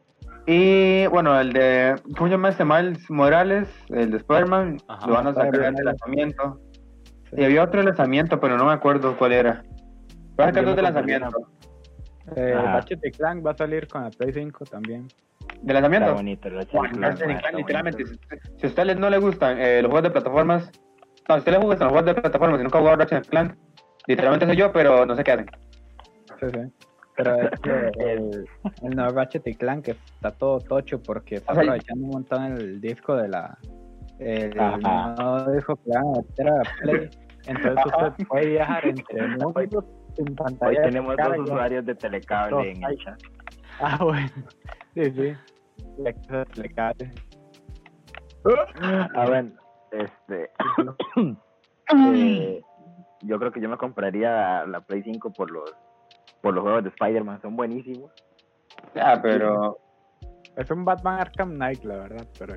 A: Y bueno, el de. ¿Cómo se llama este? Miles Morales, el de Spider-Man.
B: Ajá.
A: Lo van a sacar en
C: Spider-Man.
A: el lanzamiento.
C: Sí.
A: Y había otro lanzamiento, pero no me acuerdo cuál era. Va a sacar
D: Yo
A: dos de
D: me confundí,
A: lanzamiento.
C: Eh,
D: Ajá.
A: Ah.
C: Ratchet y Clank va a salir con la Play 5 también.
A: ¿De
D: Está
A: lanzamiento?
D: bonito, el Ratchet
A: Bueno,
D: y Clank,
A: Ratchet y
D: está
A: Clank,
D: bonito.
A: literalmente, si, si a ustedes no les gustan eh, los juegos de plataformas, no, si a ustedes les gustan los juegos de plataformas y nunca han jugado Ratchet y Clank, literalmente soy yo, pero no sé qué hacen.
C: Sí, sí. Pero es que el, el nuevo Ratchet y Clank está todo tocho porque está
A: O sea,
C: aprovechando un montón el disco de la. El
D: Ajá.
C: nuevo disco que van a meter a la Play. Entonces usted puede viajar entre mundos sin
D: Hoy
C: pantalla. de
D: tenemos dos
C: carga.
D: usuarios de telecable en el chat.
C: Ah, bueno. Sí, sí. La cosa se le cae.
D: Ah, bueno, este. eh, yo creo que yo me compraría la Play 5 por los por los juegos de Spider-Man, son buenísimos.
A: Ya, pero.
C: Es un Batman Arkham Knight, la verdad, pero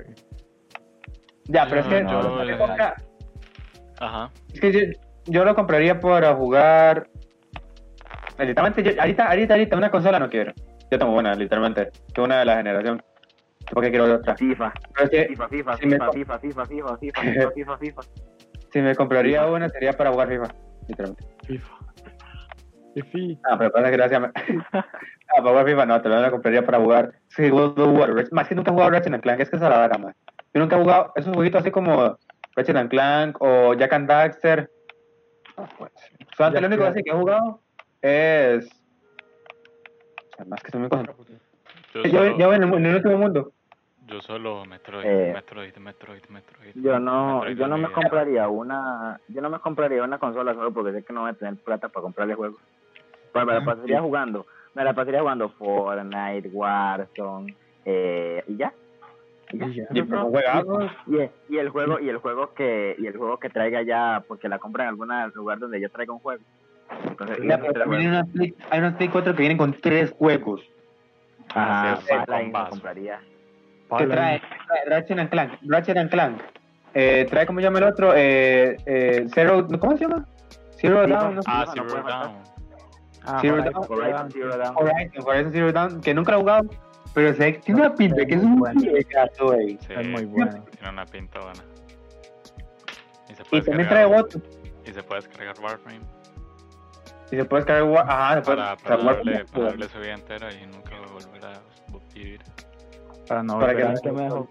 A: Ya, pero es que.
B: No, no,
A: yo lo
B: eh.
A: compra-
B: Ajá.
A: es que yo, yo lo compraría para jugar. eh, Literalmente, yo- ahorita, ahorita, ahorita, una consola no quiero. Yo tengo una, literalmente. Tengo una de la generación. ¿Por qué quiero otra?
D: FIFA,
A: Pero es que
D: FIFA, FIFA,
A: Sí, Eh, me-
D: FIFA, FIFA, FIFA, FIFA, FIFA, FIFA, FIFA, FIFA.
A: si me compraría una sería para jugar FIFA, literalmente.
C: FIFA. Y sí,
A: Ah, pero para gracias. me- ah, para jugar FIFA no, te lo compraría para jugar. Sí, World of War. Ratchet- Más que nunca he jugado Ratchet and Clank, es que es a la vara, más. Yo nunca he jugado esos jueguitos así como Ratchet and Clank o Jack and Daxter. No, pues, solamente
C: Jack
A: lo único
C: and-
A: así que he jugado es. O sea, Más que son muy cosas. Yo,
B: Yo
A: yo,
B: solo,
A: en, el, mu- en el último mundo.
B: yo solo Metroid,
D: Eh,
B: Metroid, Metroid, Metroid.
D: Yo no,
B: Metroid
D: yo
B: es
D: no
B: mi
D: me
B: vida.
D: compraría una, yo no me compraría una consola solo porque sé que no voy a tener plata para comprarle juegos. Pero me la pasaría jugando, me la pasaría jugando Fortnite, Warzone, eh, y ya. Y ya.
C: y ya.
A: Y pero juegazos.
D: Y, e- y el juego y el juego que y el juego que traiga ya porque la compra en algún lugar donde yo traiga un juego entonces
A: Mira, pero también hay unas Play- hay unas Play 4 que vienen con tres juegos.
D: ah,
B: Así es,
D: Paladin
B: compas.
D: lo compraría
A: que
C: Paladin.
A: trae, trae Ratchet and Clank, Ratchet and Clank. Eh, trae, ¿cómo se llama el otro? Eh, eh, Zero, ¿cómo se llama? Zero
D: Sí,
A: Dawn, ¿no?
B: Ah,
D: No, no
B: Zero
D: puede faltar.
B: Down.
C: Ah,
A: Zero
C: Horizon
A: Dawn.
C: Zero
D: Horizon Zero Dawn
A: Horizon, Horizon Zero Dawn, que nunca lo he jugado, pero sé que tiene una pinta que es un
C: Bueno.
A: juegazo, güey.
B: Sí,
C: Es muy bueno.
B: Tiene una pinta buena. Y, se
A: Y
B: puede
A: también trae
B: descargar-
A: otro.
B: Y se puede descargar Warframe
A: Y se puede cargar, War- ajá, se puede
B: para, para,
A: cargar
B: darle, para
A: Warframe.
B: darle su vida entera y nunca volver a vivir.
C: Para no
A: Para que
C: volver a-
D: ¿Saben qué me dejó?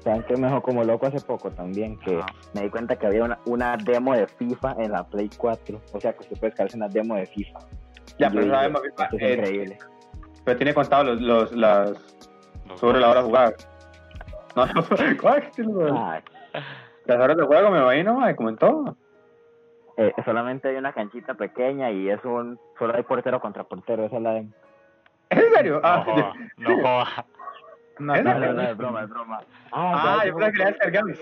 D: ¿Saben qué me dejó como loco hace poco también? Que
B: Ajá.
D: me di cuenta que había una, una demo de FIFA en la Play 4. O sea, que usted puede descargarse una demo de FIFA.
A: Ya,
D: Y
A: pero
D: yo
A: sabe,
D: digo,
A: más bien,
D: esto es
A: eh,
D: increíble.
A: Pero tiene contado los, los, las,
B: Los
A: sobre la hora de
B: goles.
A: jugar. No, no, ¿cuál?
D: Ah,
A: Las horas de juego me imagino, mae, como en todo.
D: eh, solamente hay una canchita pequeña y es un. Solo hay portero contra portero. Esa es la demo.
A: ¿Es en serio?
B: No
A: Ah,
B: joda, no joda.
C: No,
A: ¿Es
C: no,
A: la
C: no,
A: verdad?
C: no.
D: es broma, es broma.
A: ah, yo creo que le descargamos.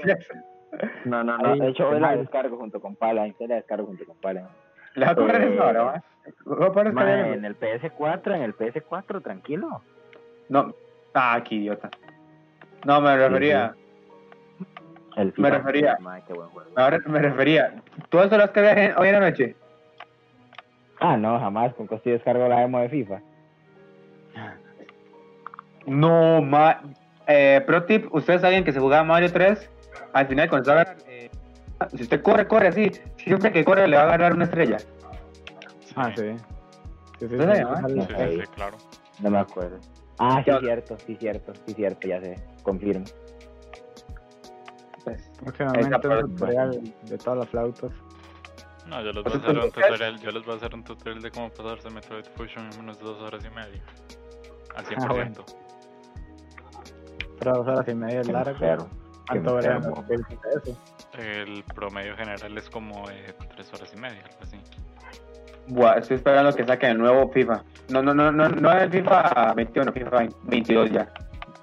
D: No, no, no.
C: Ahí,
D: De hecho, hoy la
C: madre.
D: descargo junto con Pala. Hoy la descargo junto con Pala.
A: Le va a cobrar
D: Eh,
A: eso ahora, ¿va? ¿Va a poder
D: Madre,
A: descargar
D: en
A: eso?
D: el PS4, en el PS4, tranquilo.
A: No. Ah, qué idiota. No, me refería.
D: El
A: Me
D: FIFA,
A: refería.
D: madre, qué buen juego.
A: Ahora me refería. ¿Tú eso lo has cargado en- hoy en la noche?
D: Ah, no, jamás. Con costo y descargo la demo de FIFA.
A: No, ma. Eh, pro tip: ustedes sabían que se jugaba Mario 3. Al final, cuando se va a agarrar, eh, si usted corre, corre así. Siempre que corre, le va a agarrar una estrella.
C: Ah, sí. Sí, sí, sí,
A: ¿No la
C: sí,
A: llamaban?
B: Sí,
C: ojalá.
B: sí,
D: Ahí.
B: sí, claro.
D: No me acuerdo. Ah, sí,
A: Ya.
D: cierto, sí, cierto, sí, cierto, ya sé, confirmo.
A: Pues, Ahí
C: Próximamente
A: está,
C: un tutorial de todas las flautas.
B: No, yo les voy a
A: Pues
B: hacer un
A: entonces-
B: tutorial, yo les voy a hacer un tutorial de cómo pasarse Metroid Fusion en menos de dos horas y media.
A: Ah,
B: Al 100%.
C: Pero dos horas y media es largo.
D: Claro.
C: ¿Cuánto
D: qué
C: verán
D: enfermo.
C: eso?
B: El promedio general es como eh, tres horas y media, algo así.
A: buah, estoy esperando que saquen el nuevo FIFA. No, no, no, no, no el FIFA 21, FIFA 22 ya.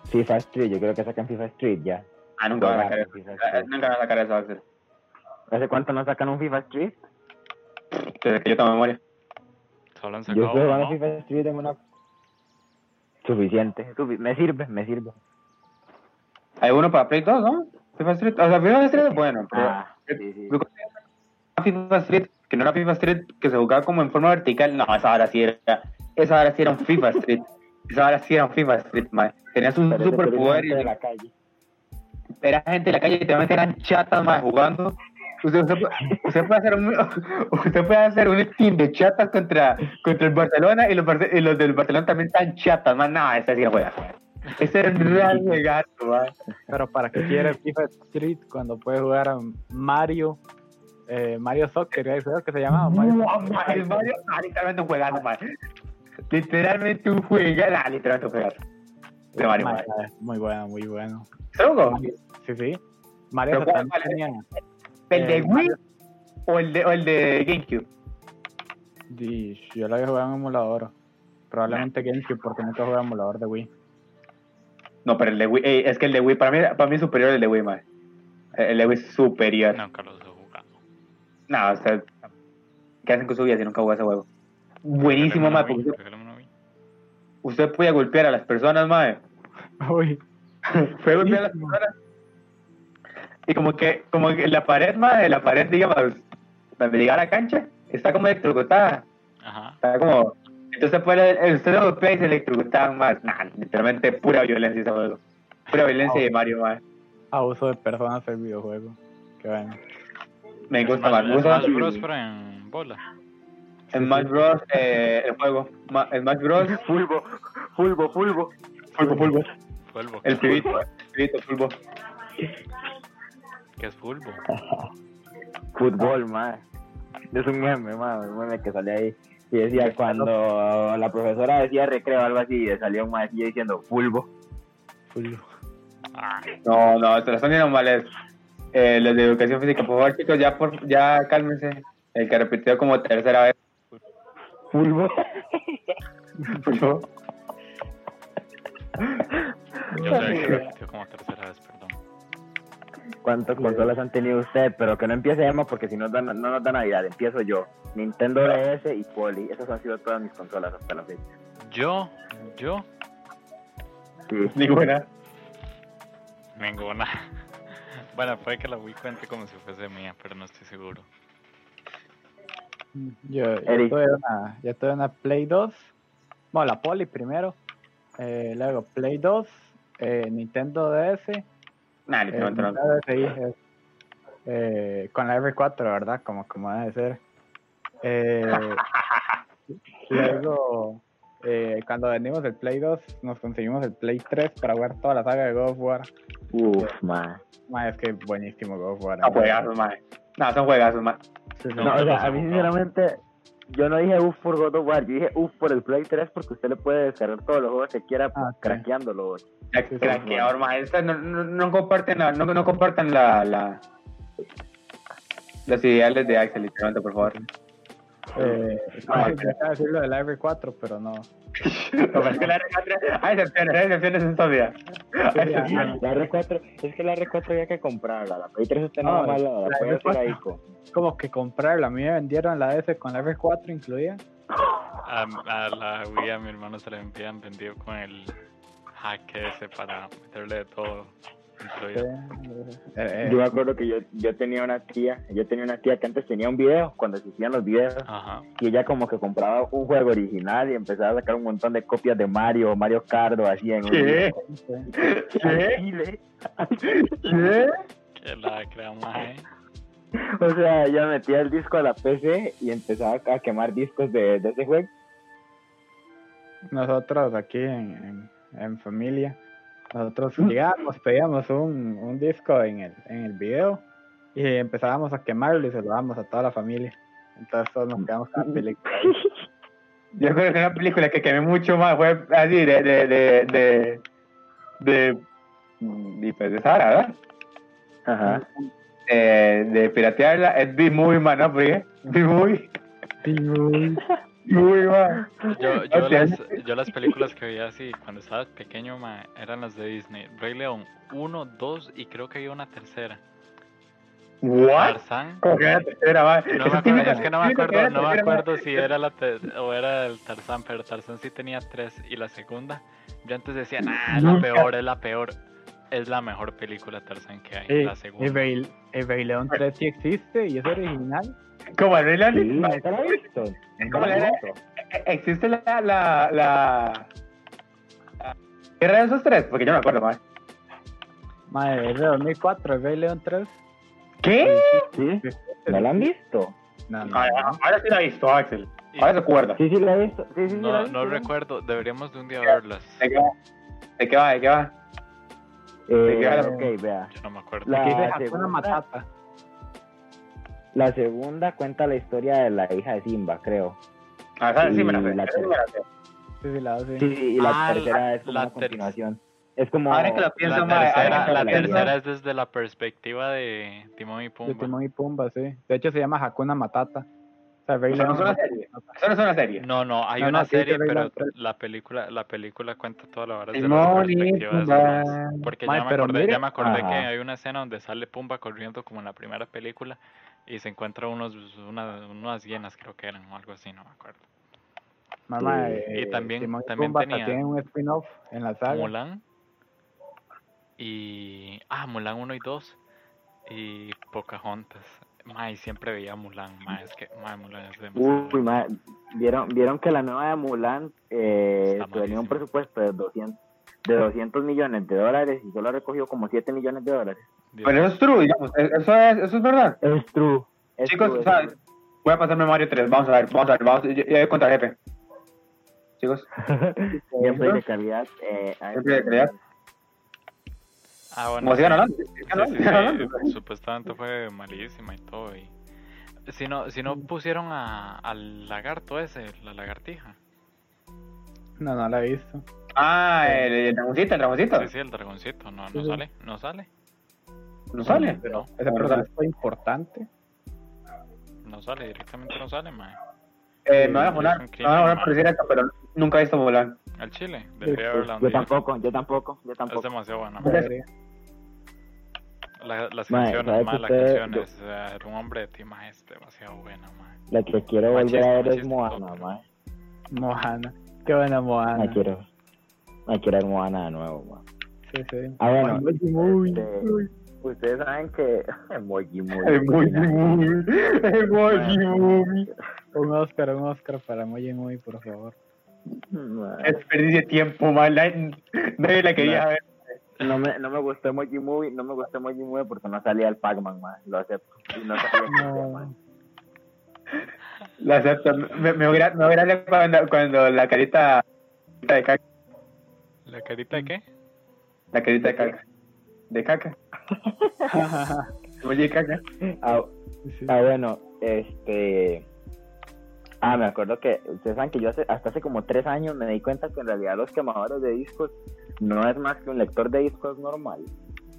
D: FIFA Street, yo creo que sacan FIFA Street ya.
A: Ah, nunca van a sacar eso.
D: FIFA
A: Ah,
D: Street.
A: Nunca van a sacar eso, Axel.
D: ¿Hace cuánto no sacan un FIFA Street?
A: Desde que yo tengo memoria.
B: Solo han
D: Yo
B: sacado
D: estoy jugando
B: uno.
D: FIFA Street en una... Suficiente, sufi- me sirve, me sirve.
A: A Hay uno para Play 2, ¿no? FIFA Street. O sea, FIFA Street es bueno, pero.
D: Ah, sí, sí.
A: yo considero que FIFA Street, que no era FIFA Street, que se jugaba como en forma vertical. No, esa ahora sí era. Esa ahora sí era un FIFA Street. Esa ahora sí era un FIFA Street, man. Tenías un
E: Pero
A: superpoder
E: de
A: y
E: la calle.
A: era gente en la calle y literalmente eran chatas más jugando. Usted, usted, usted puede hacer un, usted puede hacer un team de chatas contra, contra el Barcelona y los, Barce- y los del Barcelona también están chatas, más nada, esta sí no juega. Este era un real juegazo, man.
C: Pero para qué quiere FIFA Street cuando puede jugar a Mario, eh, Mario Soccer, ¿eh? ¿sabes qué se llamaba? Mario
A: No, man, el Mario, ah, literalmente un juegazo, man. Literalmente un juegazo, ah, literalmente un juegazo. De Mario, man.
C: Ah, Muy bueno, muy bueno.
A: ¿Truco?
C: Sí, sí. Mario
A: Pero ¿cuál,
C: Soccer
A: cuál es?
C: tenía
A: ¿El de
C: Eh,
A: Wii o el de, o el de GameCube?
C: Dish, yo lo había jugado en emulador. Probablemente GameCube, porque nunca jugué en emulador de Wii.
A: No, pero el de Wii, ey, es que el de Wii, para mí, para mí es superior el de Wii, man. El de Wii es superior. No,
B: Nunca los he jugado.
A: o sea, ¿qué hacen con su vida si nunca jugó ese juego? Buenísimo,
B: Regálame
A: man,
B: una Wii,
A: porque
B: regálame una Wii.
A: usted podía golpear a las personas, man.
C: Uy,
A: Fue golpear a las personas. Y como que, como que la pared, man, la pared, digamos, donde llega la cancha, está como electrocutada.
B: Ajá.
A: Está como. Entonces, puede, eh, usted lo golpea y se electrocuta más. Nah, literalmente pura violencia ese juego. Pura violencia de Mario, man.
C: abuso de personas el videojuego. Qué bueno.
A: Me gusta más.
B: Smash,
A: Me gusta más
B: Smash Bros. pero en bola.
A: Smash Bros. Eh, el juego. Ma- Smash Bros.
D: Fulvo, Fulvo, Fulvo.
A: Fulbo, Fulbo.
B: Fulbo.
A: El pibito. El pibito, Fulbo.
B: ¿Qué es Fulbo?
D: Fútbol, madre. Es un meme, madre, un meme que sale ahí. Y decía, cuando la profesora decía recreo o algo así, le salía un maestro diciendo Fulvo.
B: Ah,
A: No, no, se lo están diciendo mal. es, Eh, los de educación física. Por favor, chicos, ya, por, ya cálmense. El que repitió como tercera vez.
D: Fulvo.
A: Fulbo.
B: yo sé que repitió como tercera vez, perdón.
D: ¿Cuántas consolas han tenido usted? Pero que no empiece Emma porque si no, dan- no nos da Navidad, empiezo yo. Nintendo DS y Poli. Esas han sido todas mis consolas hasta la fecha.
B: Yo, yo,
D: Sí.
A: Ninguna.
B: ninguna. Bueno, puede que la Wii cuente como si fuese mía, pero no estoy seguro.
C: Yo, yo
D: Eric.
C: tuve una, yo tuve una Play 2. Bueno, la Poli primero. eh, luego Play 2, eh, Nintendo DS. eh,
A: Nah, literalmente no.
C: Nintendo DSi, eh, eh, con la R4, ¿verdad? Como, como debe ser. Eh, luego, eh, cuando vendimos el Play 2, nos conseguimos el Play 3 para jugar toda la saga de God of War.
D: Uf, madre.
C: Ma, es que buenísimo God of War. ¿eh?
A: No,
C: ¿no?
A: juegazos, madre. No, son juegazos, madre.
D: No,
B: No,
D: o sea,
B: no se
D: a
B: jugaba.
D: mí sinceramente, yo no dije uff por God of War, yo dije uff por el Play 3 porque usted le puede descargar todos los juegos que quiera
C: Ah, sí.
D: craqueándolo.
A: Ya
C: Sí, sí,
A: craqueador, madre. Estas No, no, no comparten, la, no, no comparten la, la, los ideales de Axel, literalmente, por favor.
C: Eh,
A: Ah,
C: ay, yo estaba decir lo del R4, pero no.
A: No, pero es que la R4 hay excepciones, hay excepciones en esta vida. Hay
C: ya,
A: excepciones.
D: Ah, La R4, es que la R4 había que comprarla, la Play 3 usted
C: No,
D: nada más la,
C: la
D: Ah, la puede hacer
C: R4.
D: ahí con...
C: como que comprarla. A mí me vendieron la S con la F4 incluida.
B: A, a la Wii a mi hermano se le habían vendido con el hack ese para meterle de todo. incluido.
C: Eh,
D: Yo me acuerdo que yo, yo tenía una tía, yo tenía una tía que antes tenía un video, cuando existían los videos,
B: Ajá.
D: y ella como que compraba un juego original y empezaba a sacar un montón de copias de Mario, Mario Cardo, así en un
C: eh,
A: ¿Qué?
D: Al
A: ¿Qué?
D: chile.
A: ¿Qué?
B: Que la crea más, ¿eh?
D: O sea, ella metía el disco a la PC y empezaba a quemar discos de, de ese juego.
C: nosotros aquí en, en, en familia, nosotros llegábamos, pedíamos un, un disco en el, en el video y empezábamos a quemarlo y se lo dábamos a toda la familia. Entonces todos nos quedamos con la película.
A: Yo creo que una película que quemé mucho más fue así de. de. de. de. de. y pues de Sara, ¿verdad?
D: Ajá.
A: Eh, de piratearla es B-Movie, man, ¿no? Porque B-Movie. B-Movie, man.
B: Yo, yo,
A: Ok.
B: las, yo las películas que veía así cuando estaba pequeño ma, eran las de Disney. Rey León 1, 2 y creo que había una tercera.
A: ¿What?
B: Tarzán.
A: Como que era la tercera, man.
B: Ah, No
A: Eso
B: me acuerdo,
A: típico-
B: es que no me
A: típico
B: acuerdo,
A: era
B: no
A: la
B: me
A: tercera, man.
B: acuerdo si era la ter- o era el Tarzán, pero Tarzán sí tenía tres y la segunda. Yo antes decía, nah, es la
A: Nunca.
B: peor, es la peor. es la mejor película Tarzan que hay.
C: Eh,
B: la
C: el,
B: segunda.
C: Rey, el Rey León 3 sí existe y es original.
A: Como el Rey León,
D: Sí,
A: ma-
D: nunca la he visto. Nunca la he
A: ¿Cómo
D: visto.
A: e- existe la, la, la... la guerra de esos tres, porque yo no me acuerdo, más.
C: Madre, es de 2004, el Rey León 3.
A: ¿Qué?
D: Sí, ¿No la han visto?
C: No,
D: Ah,
C: no,
A: Ahora,
C: no.
A: ahora sí la he visto, Axel.
B: Y-
A: Ahora se acuerda.
D: Sí, sí, la he visto. Sí, sí, sí, la he
B: No,
D: visto.
B: no recuerdo, deberíamos de un día verlas.
A: ¿De qué va? ¿De qué va? ¿De qué va?
D: Eh,
A: Sí, claro.
D: ok, vea.
B: Yo no me acuerdo.
D: La-
C: Que dice
D: Ah,
C: Hakuna
D: seguro.
C: Matata.
D: La segunda cuenta la historia de la hija de Simba, creo.
A: Ah, esa sí me la
D: Y
A: sé.
D: la
A: esa sí me la sé.
C: Sí, sí, la hace.
D: Sí, sí, y la
B: Ah,
D: tercera
B: la-
D: es como
B: la
D: una
B: ter-
D: continuación. Es como...
A: Ahora que lo pienso,
B: La
A: ma, ahora
B: tercera,
A: que
B: la
A: lo pienso.
B: tercera es desde la perspectiva de Timón y
C: De
B: Pumba.
C: Timón y Pumba, sí. De hecho, se llama Hakuna Matata. O sea, Rey
A: O sea, no
C: León.
A: es una serie. Eso no es una serie.
B: No, no, hay
C: No, no,
B: una
C: sí, pues. que
B: serie,
C: Rey
B: pero
C: León tres.
B: la película, la película cuenta toda la hora desde la
A: Timón y
B: perspectiva de
A: Pumba.
B: esos maes. Porque
C: Mae,
B: ya me
C: pero
B: acordé,
C: mire-
B: ya me acordé que
D: Ajá.
B: hay una escena donde sale Pumba corriendo como en la primera película y se encuentra unos, una- unas hienas creo que eran o algo así, no me acuerdo.
C: Mamá,
D: Sí.
C: eh,
B: Y también-
C: Timón
B: también
C: Pumba hasta
B: tenía-
C: tienen un spin-off en la saga.
B: Mulan y ah Mulan 1 y 2 y Pocahontas Mae, siempre veía Mulan, mae, es que mae, Mulan es demasiado.
D: Uy, ma, ¿vieron, vieron que la nueva de Mulan eh,
B: Está
D: tenía un
B: malísima.
D: presupuesto de 200, de 200 millones de dólares y solo ha recogido como 7 millones de dólares.
B: Dios.
A: Pero eso es true, digamos. e- Eso es, eso es verdad.
D: Es true. Es
A: Chicos,
D: true,
A: o
D: es
A: sea,
D: true.
A: voy a pasarme Mario 3. Vamos a ver, vamos a ver. Vamos, yo, yo voy contra jefe. Chicos,
D: siempre de calidad. Eh, hay-
A: Siempre de calidad.
B: Ah, bueno,
A: como sigan
B: sí.
A: hablando.
B: Sí,
A: sigan hablando,
B: sí,
A: sigan
B: sí,
A: hablando.
B: supuestamente fue malísima y todo. Y... Si, no, si no pusieron a, al lagarto ese, la lagartija.
C: No, no la he visto.
A: Ah, el, el dragoncito, el dragoncito.
B: Sí, sí, el dragoncito. No, no
C: Sí, sí.
B: sale, no sale,
A: No sale.
B: no,
A: Ese perro
C: Pero
A: sale.
C: esto es importante.
B: no sale, directamente no sale, mae.
A: Eh, me van a poner, me van a poner por decir esto, pero nunca he visto Mulan.
B: Al chile, debería haberla
D: pues, Yo
B: donde yo-
D: tampoco, yo tampoco, yo
B: Es
D: tampoco.
B: demasiado buena. mae.
A: Entonces,
B: La- las
D: Mae,
B: canciones,
D: ¿sabes
B: mae,
D: qué
B: las
D: ustedes-
B: canciones. o sea, era un hombre de ti, mae, es demasiado buena, mae.
D: La que quiero volver
B: Machista,
D: a ver es
B: machista,
D: Moana,
B: no,
D: ma.
C: Moana. Qué buena Moana.
D: La quiero, la quiero ver Moana de nuevo, ma.
C: Sí, sí.
D: Ah, bueno.
C: Moana, muy,
D: este,
C: muy.
D: Ustedes saben que... Emoji, emoji.
A: Emoji Movie. Emoji Movie.
C: Un Oscar, un Oscar para Moji Muy, por favor.
D: Ma.
A: Desperdicio de tiempo, man. La- Nadie la quería
D: No.
A: ver.
D: No me, no me gustó Emoji Movie, no me gustó Emoji Movie porque no salía el Pac-Man más, lo acepto. Y no salía el Pac-Man más.
C: No.
A: La acepto. Me, me hubiera, me hubiera leído cuando, cuando la carita de caca.
B: ¿La carita de qué?
A: La carita de caca. De caca. Oye, caca.
D: Ah,
C: Sí.
D: ah, bueno, este... Ah, me acuerdo que, ustedes saben que yo hace- hasta hace como tres años me di cuenta que en realidad los quemadores de discos no es más que un lector de discos normal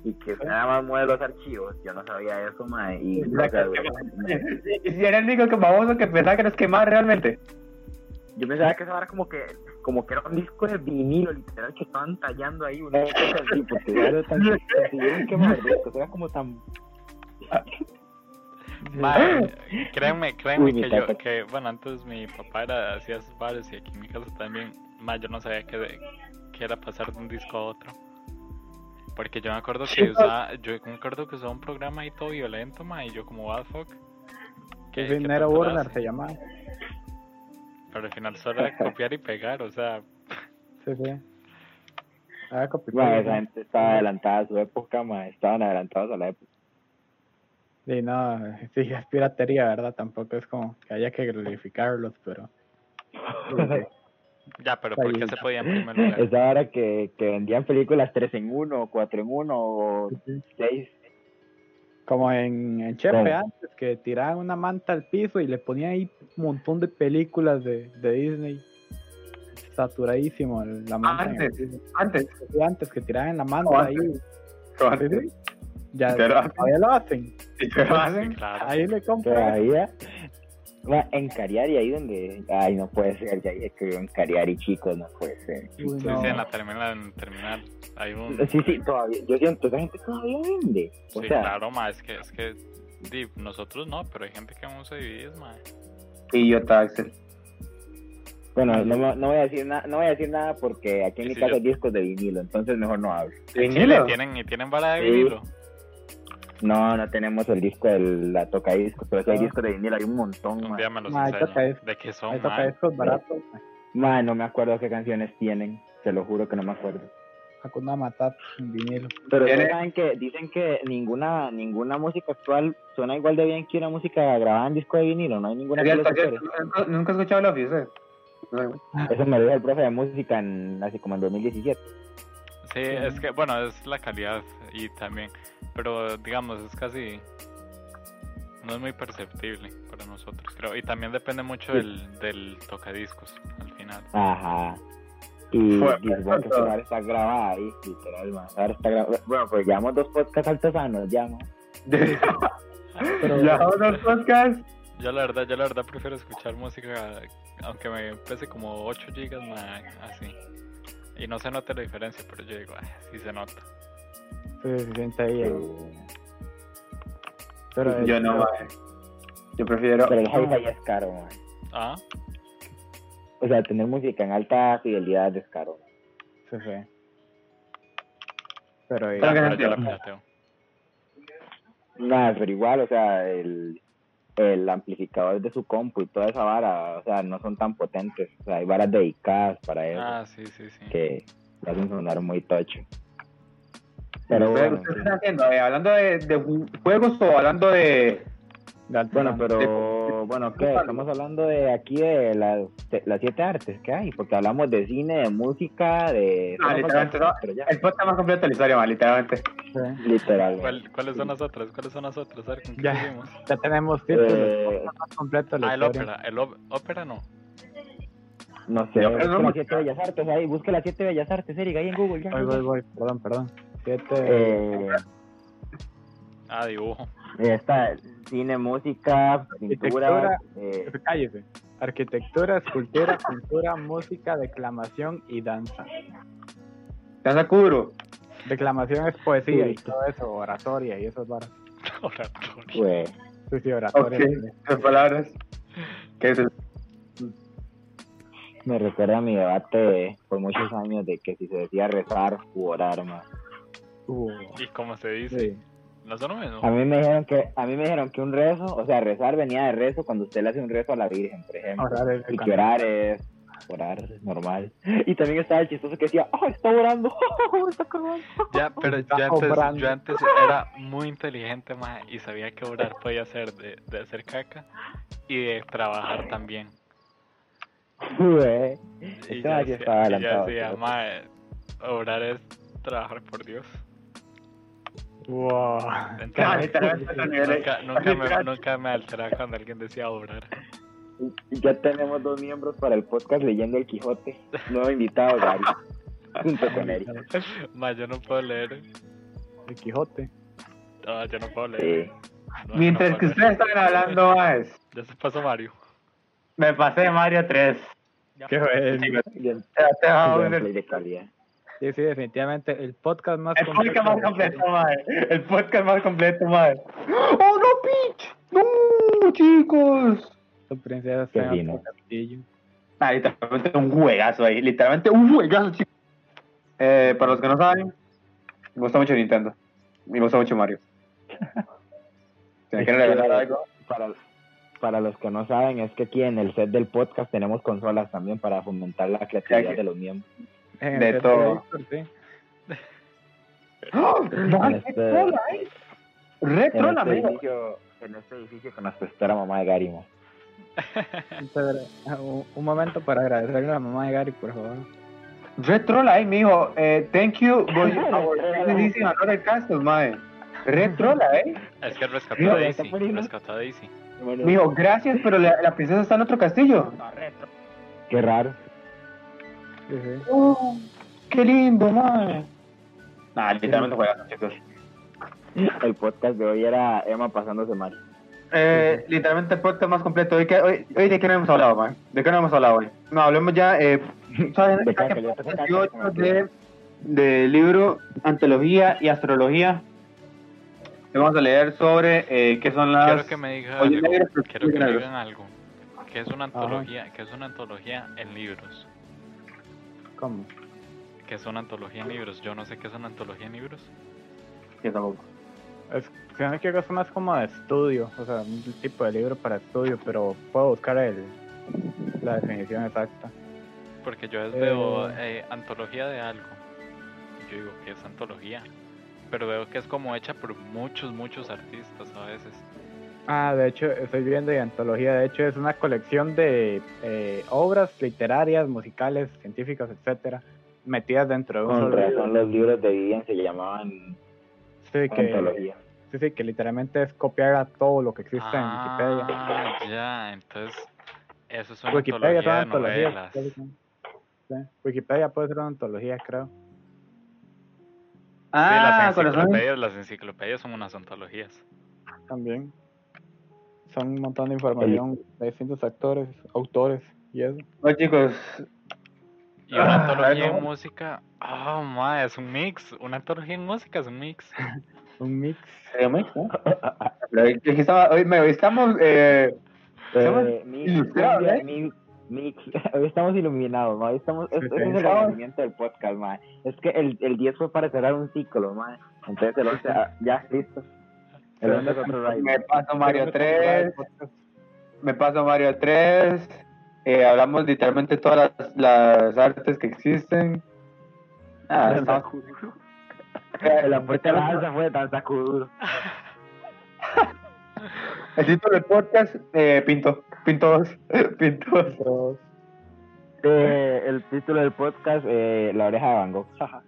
D: y que nada más mueve los archivos, yo no sabía eso, ma, y...
A: La
D: o sea,
A: caca. Y si era el único que baboso que pensaba que nos quemaba realmente.
D: Yo pensaba que eso era como que como que era un disco de vinilo, literal, que estaban tallando ahí una cosa así, porque era tan consiguieron quemar discos, era como tan...
B: Mae, créanme, créanme
D: Uy, mi
B: eh, que yo,
D: tata.
B: que, bueno, antes mi papá era, hacía sus bares y aquí en mi casa también, más yo no sabía que, de- que era pasar de un disco a otro. Porque yo me acuerdo que
A: Chicos.
B: usaba, yo me acuerdo que usaba un programa ahí todo violento, ma, y yo como what the fuck. ¿qué- qué
C: Sí, Nero
B: tanto le
C: Burner
B: hace?
C: se llama.
B: Pero al final solo era copiar y pegar, o sea,
C: Sí, sí. Ah, copy
D: Bueno, esa
C: paste.
D: gente estaba adelantada a su época, ma, estaban adelantados a la época.
C: Sí, no, sí, es piratería, ¿verdad? Tampoco es como que haya que glorificarlos, pero.
B: ya, pero ¿por qué se podía en primer lugar?
D: Esa hora que, que vendían películas 3 en 1, 4 en 1, o 6.
C: Como en, en Chepe
D: Claro.
C: antes, que tiraban una manta al piso y le ponían ahí un montón de películas de, de Disney. Saturadísimo el- la manta. en el
A: Antes,
C: piso.
A: antes.
C: Sí, antes que tiraban la manta
A: No,
C: ahí.
A: antes. Pero
C: Sí,
A: antes.
C: sí. Ya,
A: Pero-
C: todavía lo hacen.
A: Si te lo
B: Sí,
A: hacen.
B: claro.
C: Ahí le compran.
D: Todavía. Ma, en Cariari, ahí donde. Ay, no puede ser, ya escribió en Cariari, chicos, no puede ser.
C: Uy,
B: Sí,
C: no.
B: sí, en la terminal, en la terminal. Hay un...
D: Sí, sí, todavía. Yo siento, esa gente todavía vende. O
B: Sí,
D: sea,
B: claro, ma, es que, es que, di, nosotros no, pero hay gente que aún se divide, ma.
A: Idiota, Axel.
D: Bueno, no, me- no voy a decir nada, no voy a decir nada porque aquí en mi
B: Sí,
D: casa
B: yo-
D: hay discos de vinilo, entonces mejor no hablo.
A: ¿Vinilo?
B: Y tienen, y tienen vara de
D: Sí.
B: vinilo.
D: No, no tenemos el disco de la tocadiscos, pero sí hay
C: Ah.
D: discos de vinilo, hay un montón,
B: Un
D: man.
B: día me los
C: Ma, ahí toca
B: enseñan.
C: eso.
B: ¿De qué
C: Ahí
B: son,
C: toca
B: man?
C: estos baratos. ma.
D: Man, no me acuerdo qué canciones tienen, se lo juro que no me acuerdo.
C: Hakuna Matata en vinilo.
D: Pero
A: Tiene-
D: saben que dicen que ninguna ninguna música actual suena igual de bien que una música grabada en disco de vinilo, no hay ninguna que
A: Ariel,
D: lo
A: por
D: supere.
A: cierto, nunca- Nunca he escuchado Love You, ¿sabes? No,
D: Eso me lo dijo el profe de música en, así como en 2017.
B: Sí, es que, bueno, es la calidad y también. Pero, digamos, es casi. No es muy perceptible para nosotros, creo. Y también depende mucho del, del tocadiscos al final.
D: Ajá. Y
A: Fue-
D: Disbox ahora está grabada ahí, literal, man. Ahora está grabada. Bueno, pues llevamos dos podcasts artesanos, ya, man.
C: Pero-
A: Ya, otro podcast.
B: Yo, la verdad, yo la verdad prefiero escuchar música, aunque me pese como 8 gigas, ma, así. Y no se nota la diferencia, pero yo digo, "Ah, sí se nota.
C: Sí, se siente ahí. eh. Pero, eh,
A: Yo no, ma. Yo prefiero.
D: Pero el hi-fi es caro, man.
B: Ah,
D: O sea, tener música en alta fidelidad es caro.
C: Sí, sí. Pero, eh,
A: Pero que-
B: pero yo la pirateo.
D: Nada, pero igual, o sea, el, el amplificador de su compu y toda esa vara, o sea, no son tan potentes. O sea, hay varas dedicadas para eso
B: Ah, sí, sí, sí.
D: que lo hacen sonar muy tocho. Pero
A: Pero
D: bueno,
A: ¿Ustedes qué están haciendo? Eh, ¿Hablando de, de ju- juegos o hablando de.?
C: de alto
D: bueno,
C: mando.
D: pero bueno, ¿qué? Estamos hablando de aquí de las, de las siete artes que hay, porque hablamos de cine, de música, de.
A: No, Ah, literalmente no.
D: Pero ya,
A: El podcast más completo de la historia, ma, literalmente.
C: Sí.
D: literal.
B: ¿Cuál- ¿Cuáles son las otras? ¿Cuáles son las otras? A ver, ¿con qué
C: Ya.
B: seguimos?
C: Ya tenemos títulos
D: Eh,
C: más completos. de la
B: Ah, el
C: historia.
B: ópera. El op- ópera no.
D: no sé,
A: Yo creo
D: busque
A: que-
D: las siete bellas artes ahí, busque las siete bellas artes, Erika, ahí en Google. Ya,
C: Voy, voy, voy. Perdón, perdón. Siete.
D: Eh,
B: Ah, dibujo.
D: Está cine, música, pintura, eh,
C: Cállese. Arquitectura, escultura, pintura, música, declamación y danza.
A: Danza Kuduro.
C: Declamación es poesía y
D: Sí.
C: todo eso, oratoria y esas varas.
B: Oratorio.
D: güey.
C: Sí, sí,
A: Ok,
C: oratoria.
A: sus palabras. Que se-
D: Me recuerda a mi debate por muchos años de que si se decía rezar u orar más.
C: Uh,
B: ¿Y cómo se dice?
C: sí. Ah.
B: No son lo mismo.
D: A mí me dijeron que a mí me dijeron que un rezo, o sea, rezar venía de rezo cuando usted le hace un rezo a la Virgen, por ejemplo.
C: Orar es
D: Y que orar es orar normal. Y también estaba el chistoso que decía, "Ah, está orando." está orando".
B: Ya, pero
C: Está
B: yo antes,
C: obrando.
B: yo antes era muy inteligente, ma, y sabía que orar podía hacer de, de hacer caca y de trabajar también.
D: Güey.
B: Y
D: Este
B: yo
D: ma sí
B: decía,
D: estaba
B: y yo
D: adelantado.
B: decía,
D: pero-
B: ma, orar eh, es trabajar por Dios.
C: Wow.
A: Ah,
B: Entonces,
A: literalmente, otro nivel ahí.
B: nunca, nunca me, nunca me alteraba cuando alguien decía orar.
D: Y Ya tenemos dos miembros para el podcast leyendo El Quijote. Nuevo invitado, Gary. Junto con Eric.
B: Ma, yo no puedo leer.
C: El Quijote.
B: No, yo no puedo leer. Ah,
D: Sí.
B: No, yo
A: Mientras
B: no
A: que
B: puedo
A: ustedes
B: leer.
A: estaban hablando, más,
B: Ya se pasó Mario.
A: me pasé de Mario 3.
C: Qué bueno.
D: Bien,
A: Ya te hago un-
D: gameplay de calidad.
C: Sí, sí, definitivamente. El podcast más
A: El podcast más
C: de la historia.
A: completo, madre. El podcast más completo, madre. ¡Oh, no, Peach! ¡No, chicos!
C: Tu princesa
D: Qué
C: está en
D: fino.
C: otro castillo.
A: Ah, literalmente un juegazo ahí. Literalmente un juegazo, chicos. Eh, para los que no saben, me gusta mucho Nintendo. Y me gusta mucho Mario. Si me quieren regalar algo,
D: Para, para los que no saben, es que aquí en el set del podcast tenemos consolas también para fomentar la creatividad
A: que-
D: de los miembros.
C: En el
A: De
C: set
A: todo.
C: Víctor, sí.
A: ¡Oh!
D: En
A: ¡Madre,
D: este-
A: qué trola, eh! ¡Re
D: En
A: trola,
D: este
A: amigo!
D: edificio, en este edificio que nos prestó la mamá de Gary. ma.
C: Entonces, un- Un momento para agradecerle a la mamá de Gary, por favor.
A: Red troll ahí, mijo. Eh, thank you. But you our dicen del Castle, madre. Red troll ahí.
B: Es que rescató
A: Mira,
B: a
A: ya
D: está
B: Daisy.
D: poniendo-
B: Rescató a Daisy.
A: Mijo, gracias, pero la, la princesa está en otro castillo.
D: Qué raro.
C: Sí, sí.
A: Oh, qué lindo, madre. Nah, literalmente juegas, chicos.
D: El podcast de hoy era Emma pasándose mal.
A: Eh, literalmente el podcast más completo. Hoy, que- hoy, hoy de qué no hemos hablado, man. ¿De qué no hemos hablado hoy? No, hablemos ya. Eh, ¿saben?
D: De caca, yo te caca,
A: 18
D: caca.
A: de, de libro Antología y Astrología. Vamos a leer sobre eh, qué son las.
B: Quiero que me digan
A: Ah, Oye,
B: algo.
A: negro, pero
B: Quiero que me
A: negro.
B: digan algo. que es una antología, que es una antología en libros.
C: ¿Cómo?
B: Que es una antología en libros. Yo no sé qué es una antología en libros.
A: Yo tampoco.
C: Es, si no que es más como de estudio, o sea, un tipo de libro para estudio, pero puedo buscar el, la definición exacta.
B: Porque yo es veo eh, antología de algo. Yo digo que es antología. Pero veo que es como hecha por muchos, muchos artistas a veces.
C: Ah, de hecho, estoy viendo y antología, de hecho, es una colección de eh, obras literarias, musicales, científicas, etcétera, metidas dentro de un
D: Con
C: solo libro.
D: razón los libros de Vivian se llamaban
C: Sí, que,
D: antología.
C: sí, sí, que literalmente es copiar a todo lo que existe en Wikipedia.
B: Ah, ya, entonces eso es una
C: Wikipedia es
B: antología
C: una
B: de
C: antología.
B: novelas.
C: Sí, Wikipedia puede ser una antología, creo.
A: Ah,
B: sí, las
A: corazón.
B: enciclopedias, las enciclopedias son unas antologías.
C: También. Son un montón de información de distintos actores, autores y eso.
A: Bueno, chicos,
B: Y una
A: Ah,
B: antología
A: no.
B: en música, ah, ma, es un mix. Una antología en música es un mix.
C: Un mix.
A: Remix, eh, ¿no? Pero es que estaba- hoy, me- hoy estamos. Eh, Somos
D: Eh, mi-
A: ilustrados,
D: mi-
A: ¿eh?
D: mi- mi- Hoy estamos iluminados, ma. Hoy estamos, es-
C: Sí,
D: ese
C: sí.
D: es el agradecimiento del podcast, ma. Es que el, el 10 fue para cerrar un ciclo, ma. Entonces el 11, ah, ya, listo. El 11 es otro raid.
A: me paso Mario 3, me paso Mario 3. eh, hablamos literalmente todas las, las artes que existen. Ah, estamos-
D: La puerta de la alza Ah, fue tan sacudo.
A: El título del podcast, eh, Pinto. Pinto 2. Pinto 2.
C: Pero,
D: Eh, el título del podcast, eh, La oreja de Van Gogh. Jaja.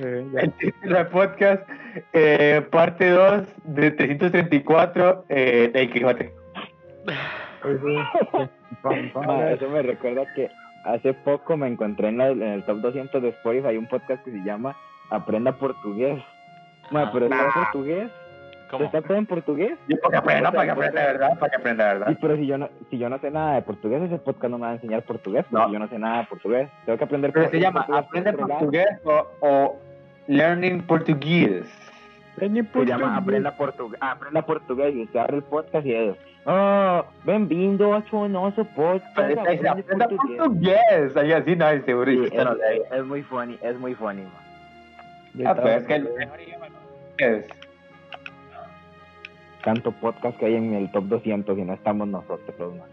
C: eh, ya.
A: El título del podcast, eh, parte 2 de 334, eh, del Quijote.
C: Pam, pam.
D: Ma, eso me recuerda que hace poco me encontré en, la- en el top 200 de Spotify un podcast que se llama Aprenda Portugués. Ma, pero está en portugués.
B: ¿Cómo?
D: ¿Está todo en portugués?
A: Yo para que aprenda, para que aprenda, ¿verdad? Para que aprenda,
D: Sí,
A: ¿verdad?
D: pero si yo no, si yo no sé nada de portugués, ese podcast no me va a enseñar portugués, porque
A: No.
D: yo no sé nada de portugués. Tengo que aprender
A: Pero se
D: portugués,
A: llama
D: portugués,
A: Aprende
D: por otro lado.
A: Portugués o, o Learning Portuguese.
C: Leñe
D: Se
C: puto
D: llama Aprenda Portugués. Aprenda Portugués y usted abre el podcast y ellos. Oh, bienvenido a su nosso podcast.
A: Pero esta dice,
D: Aprende
A: Aprenda
D: portugués". eh,
A: Portugués. Ahí así, no, es seguro.
D: Sí,
A: yo
D: es,
A: no sé.
D: es muy funny, es muy funny. man.
A: Ah, pero es que el mejor idioma es.
D: Tanto podcast que hay en el top 200 y no estamos nosotros, man.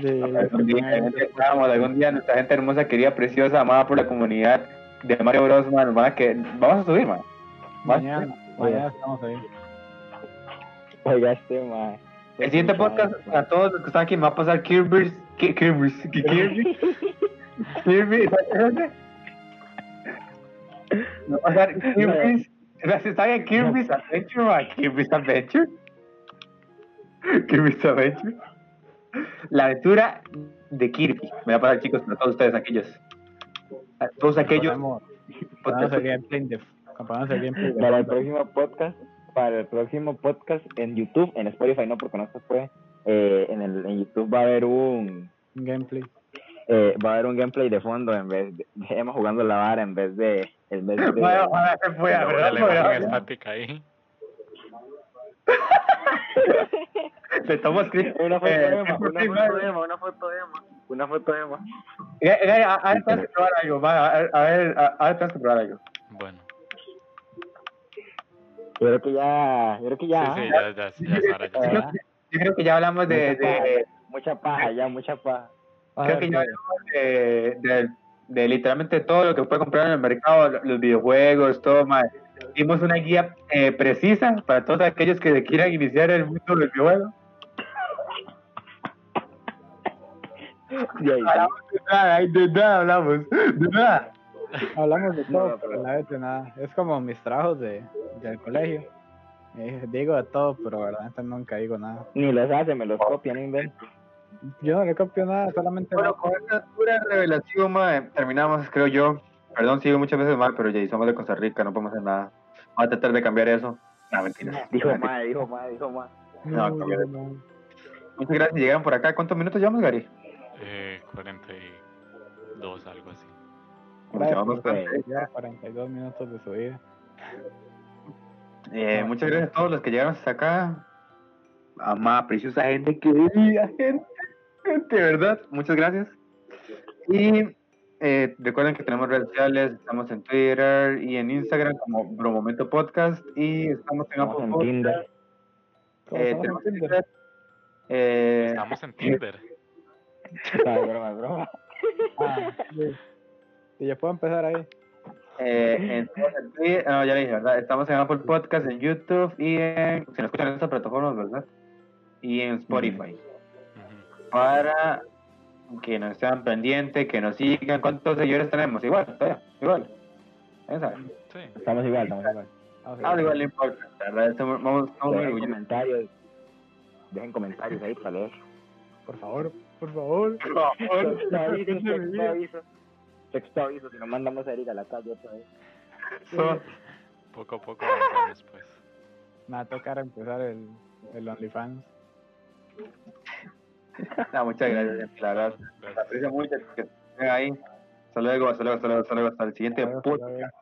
A: Algún día, algún día estábamos, algún día nuestra gente hermosa, querida, preciosa, amada por la comunidad de Mario Bros. Man, man, que vamos a subir, man.
C: Mañana, mañana estamos ahí.
D: Oiga, este, man.
A: El siguiente podcast, ah, a todos los que están aquí, me va a pasar Kirby's. Ki- Kirby's. Ki- Kirby. Kirby. espérate. Me va a pasar Kirby's. Gracias, ¿está bien? Kirby's Adventure o a Kirby's Adventure? Kirby's Adventure. La aventura de Kirby. Me va a pasar, chicos, para todos ustedes, aquellos. A todos aquellos.
C: Ponemos- ponemos el
A: podcasts.
C: gameplay de- ponemos el gameplay de-
D: Para el próximo podcast, para el próximo podcast en YouTube, en Spotify no, porque no se puede. eh, en, el, en YouTube va a haber un
C: un gameplay.
D: eh, va a haber un gameplay de fondo en vez de Emma jugando la vara en vez de en vez de
A: Bueno, ahora se fue,
B: La
A: ¿verdad?
B: elevación
A: Bueno,
B: estática ahí.
A: Le tomo screen.
D: una foto de
A: Eh,
D: Emma, una
A: Kirby's
D: foto de Emma, una foto de Emma, una foto de Emma.
A: Eh, eh, a- Ahora tenemos que probar algo, va, a ver, a ver, a- ahora tenemos que probar algo.
B: Bueno,
D: Yo creo que ya, yo creo que ya.
B: sí, sí, ya, ya, ya es hora, ya es hora.
D: ¿verdad?
A: Yo creo que ya hablamos de, de-
D: Mucha paja, ya mucha paja.
A: creo que ya hablamos de, de- de literalmente todo lo que puede comprar en el mercado, lo- los videojuegos, todo, mae. Dimos una guía eh, precisa para todos aquellos que quieran iniciar el mundo del videojuego.
D: Y ahí,
A: Hablamos de nada, ahí de nada hablamos, de nada.
C: Hablamos de
D: No,
C: todo,
D: no, pero-
C: pero a la vez de nada. Es como mis trabajos de, del colegio. Eh, digo de todo, pero verdaderamente nunca digo nada.
D: ni los hace, me los copia, no invento.
C: Yo no le copio nada, solamente
A: Bueno, con esta pura revelación, mae, terminamos, creo yo. Perdón, sigo muchas veces mal, pero ya somos de Costa Rica, no podemos hacer nada. Vamos a tratar de cambiar eso. No, mentiras.
D: Dijo más, dijo más, dijo más.
A: no,
C: no,
A: cambio de-
C: no.
A: Muchas gracias, llegaron por acá. ¿Cuántos minutos llevamos, Gary?
B: Eh, 42, algo así.
C: Gracias,
A: Llevamos bastante.
C: pues, ya 42 minutos de su vida.
A: Eh, muchas gracias a todos los que llegaron hasta acá. Amada, preciosa gente, querida gente. De verdad, muchas gracias. Y eh, recuerden que tenemos redes sociales, estamos en Twitter y en Instagram como Bromomento Podcast y estamos en
D: Estamos
A: Apple
D: en
A: Podcast.
D: Tinder.
A: Eh,
C: Todos
A: tenemos
C: somos Tinder.
A: Twitter. Eh,
B: Estamos en Tinder.
D: No, es broma, es broma.
C: Ah, sí. Y ya puedo empezar ahí.
A: eh, en- estamos en Twitter- Ah, no, ya dije, ¿verdad? Estamos en Apple Podcast, en YouTube y en. Si nos escuchan en estas plataformas, ¿verdad? Y en Spotify.
B: Ujú.
A: Para que nos estén pendientes, que nos sigan. ¿Cuántos seguidores tenemos? Igual, todavía, igual. Ahí sabe.
B: Sí.
D: Estamos igual, estamos igual.
C: Ah, sí.
A: Ah, igual no importa, la verdad, estamos, vamos, estamos muy
D: Dejen
A: orgullosos.
D: comentarios. Dejen comentarios ahí para leer.
C: Por favor, por favor.
D: Texto aviso,
C: Dios
D: texto
C: mío.
D: aviso. Texto aviso, si nos mandamos a Erika a la calle otra vez.
A: So,
B: Poco a poco avanzamos, pues.
C: Me va a tocar empezar el, el OnlyFans.
A: no, muchas gracias, la verdad.
B: Gracias.
A: Aprecio mucho que estén ahí. Hasta luego, hasta luego, hasta luego, hasta luego, hasta el siguiente
C: Hasta luego,
A: podcast.
C: hasta luego.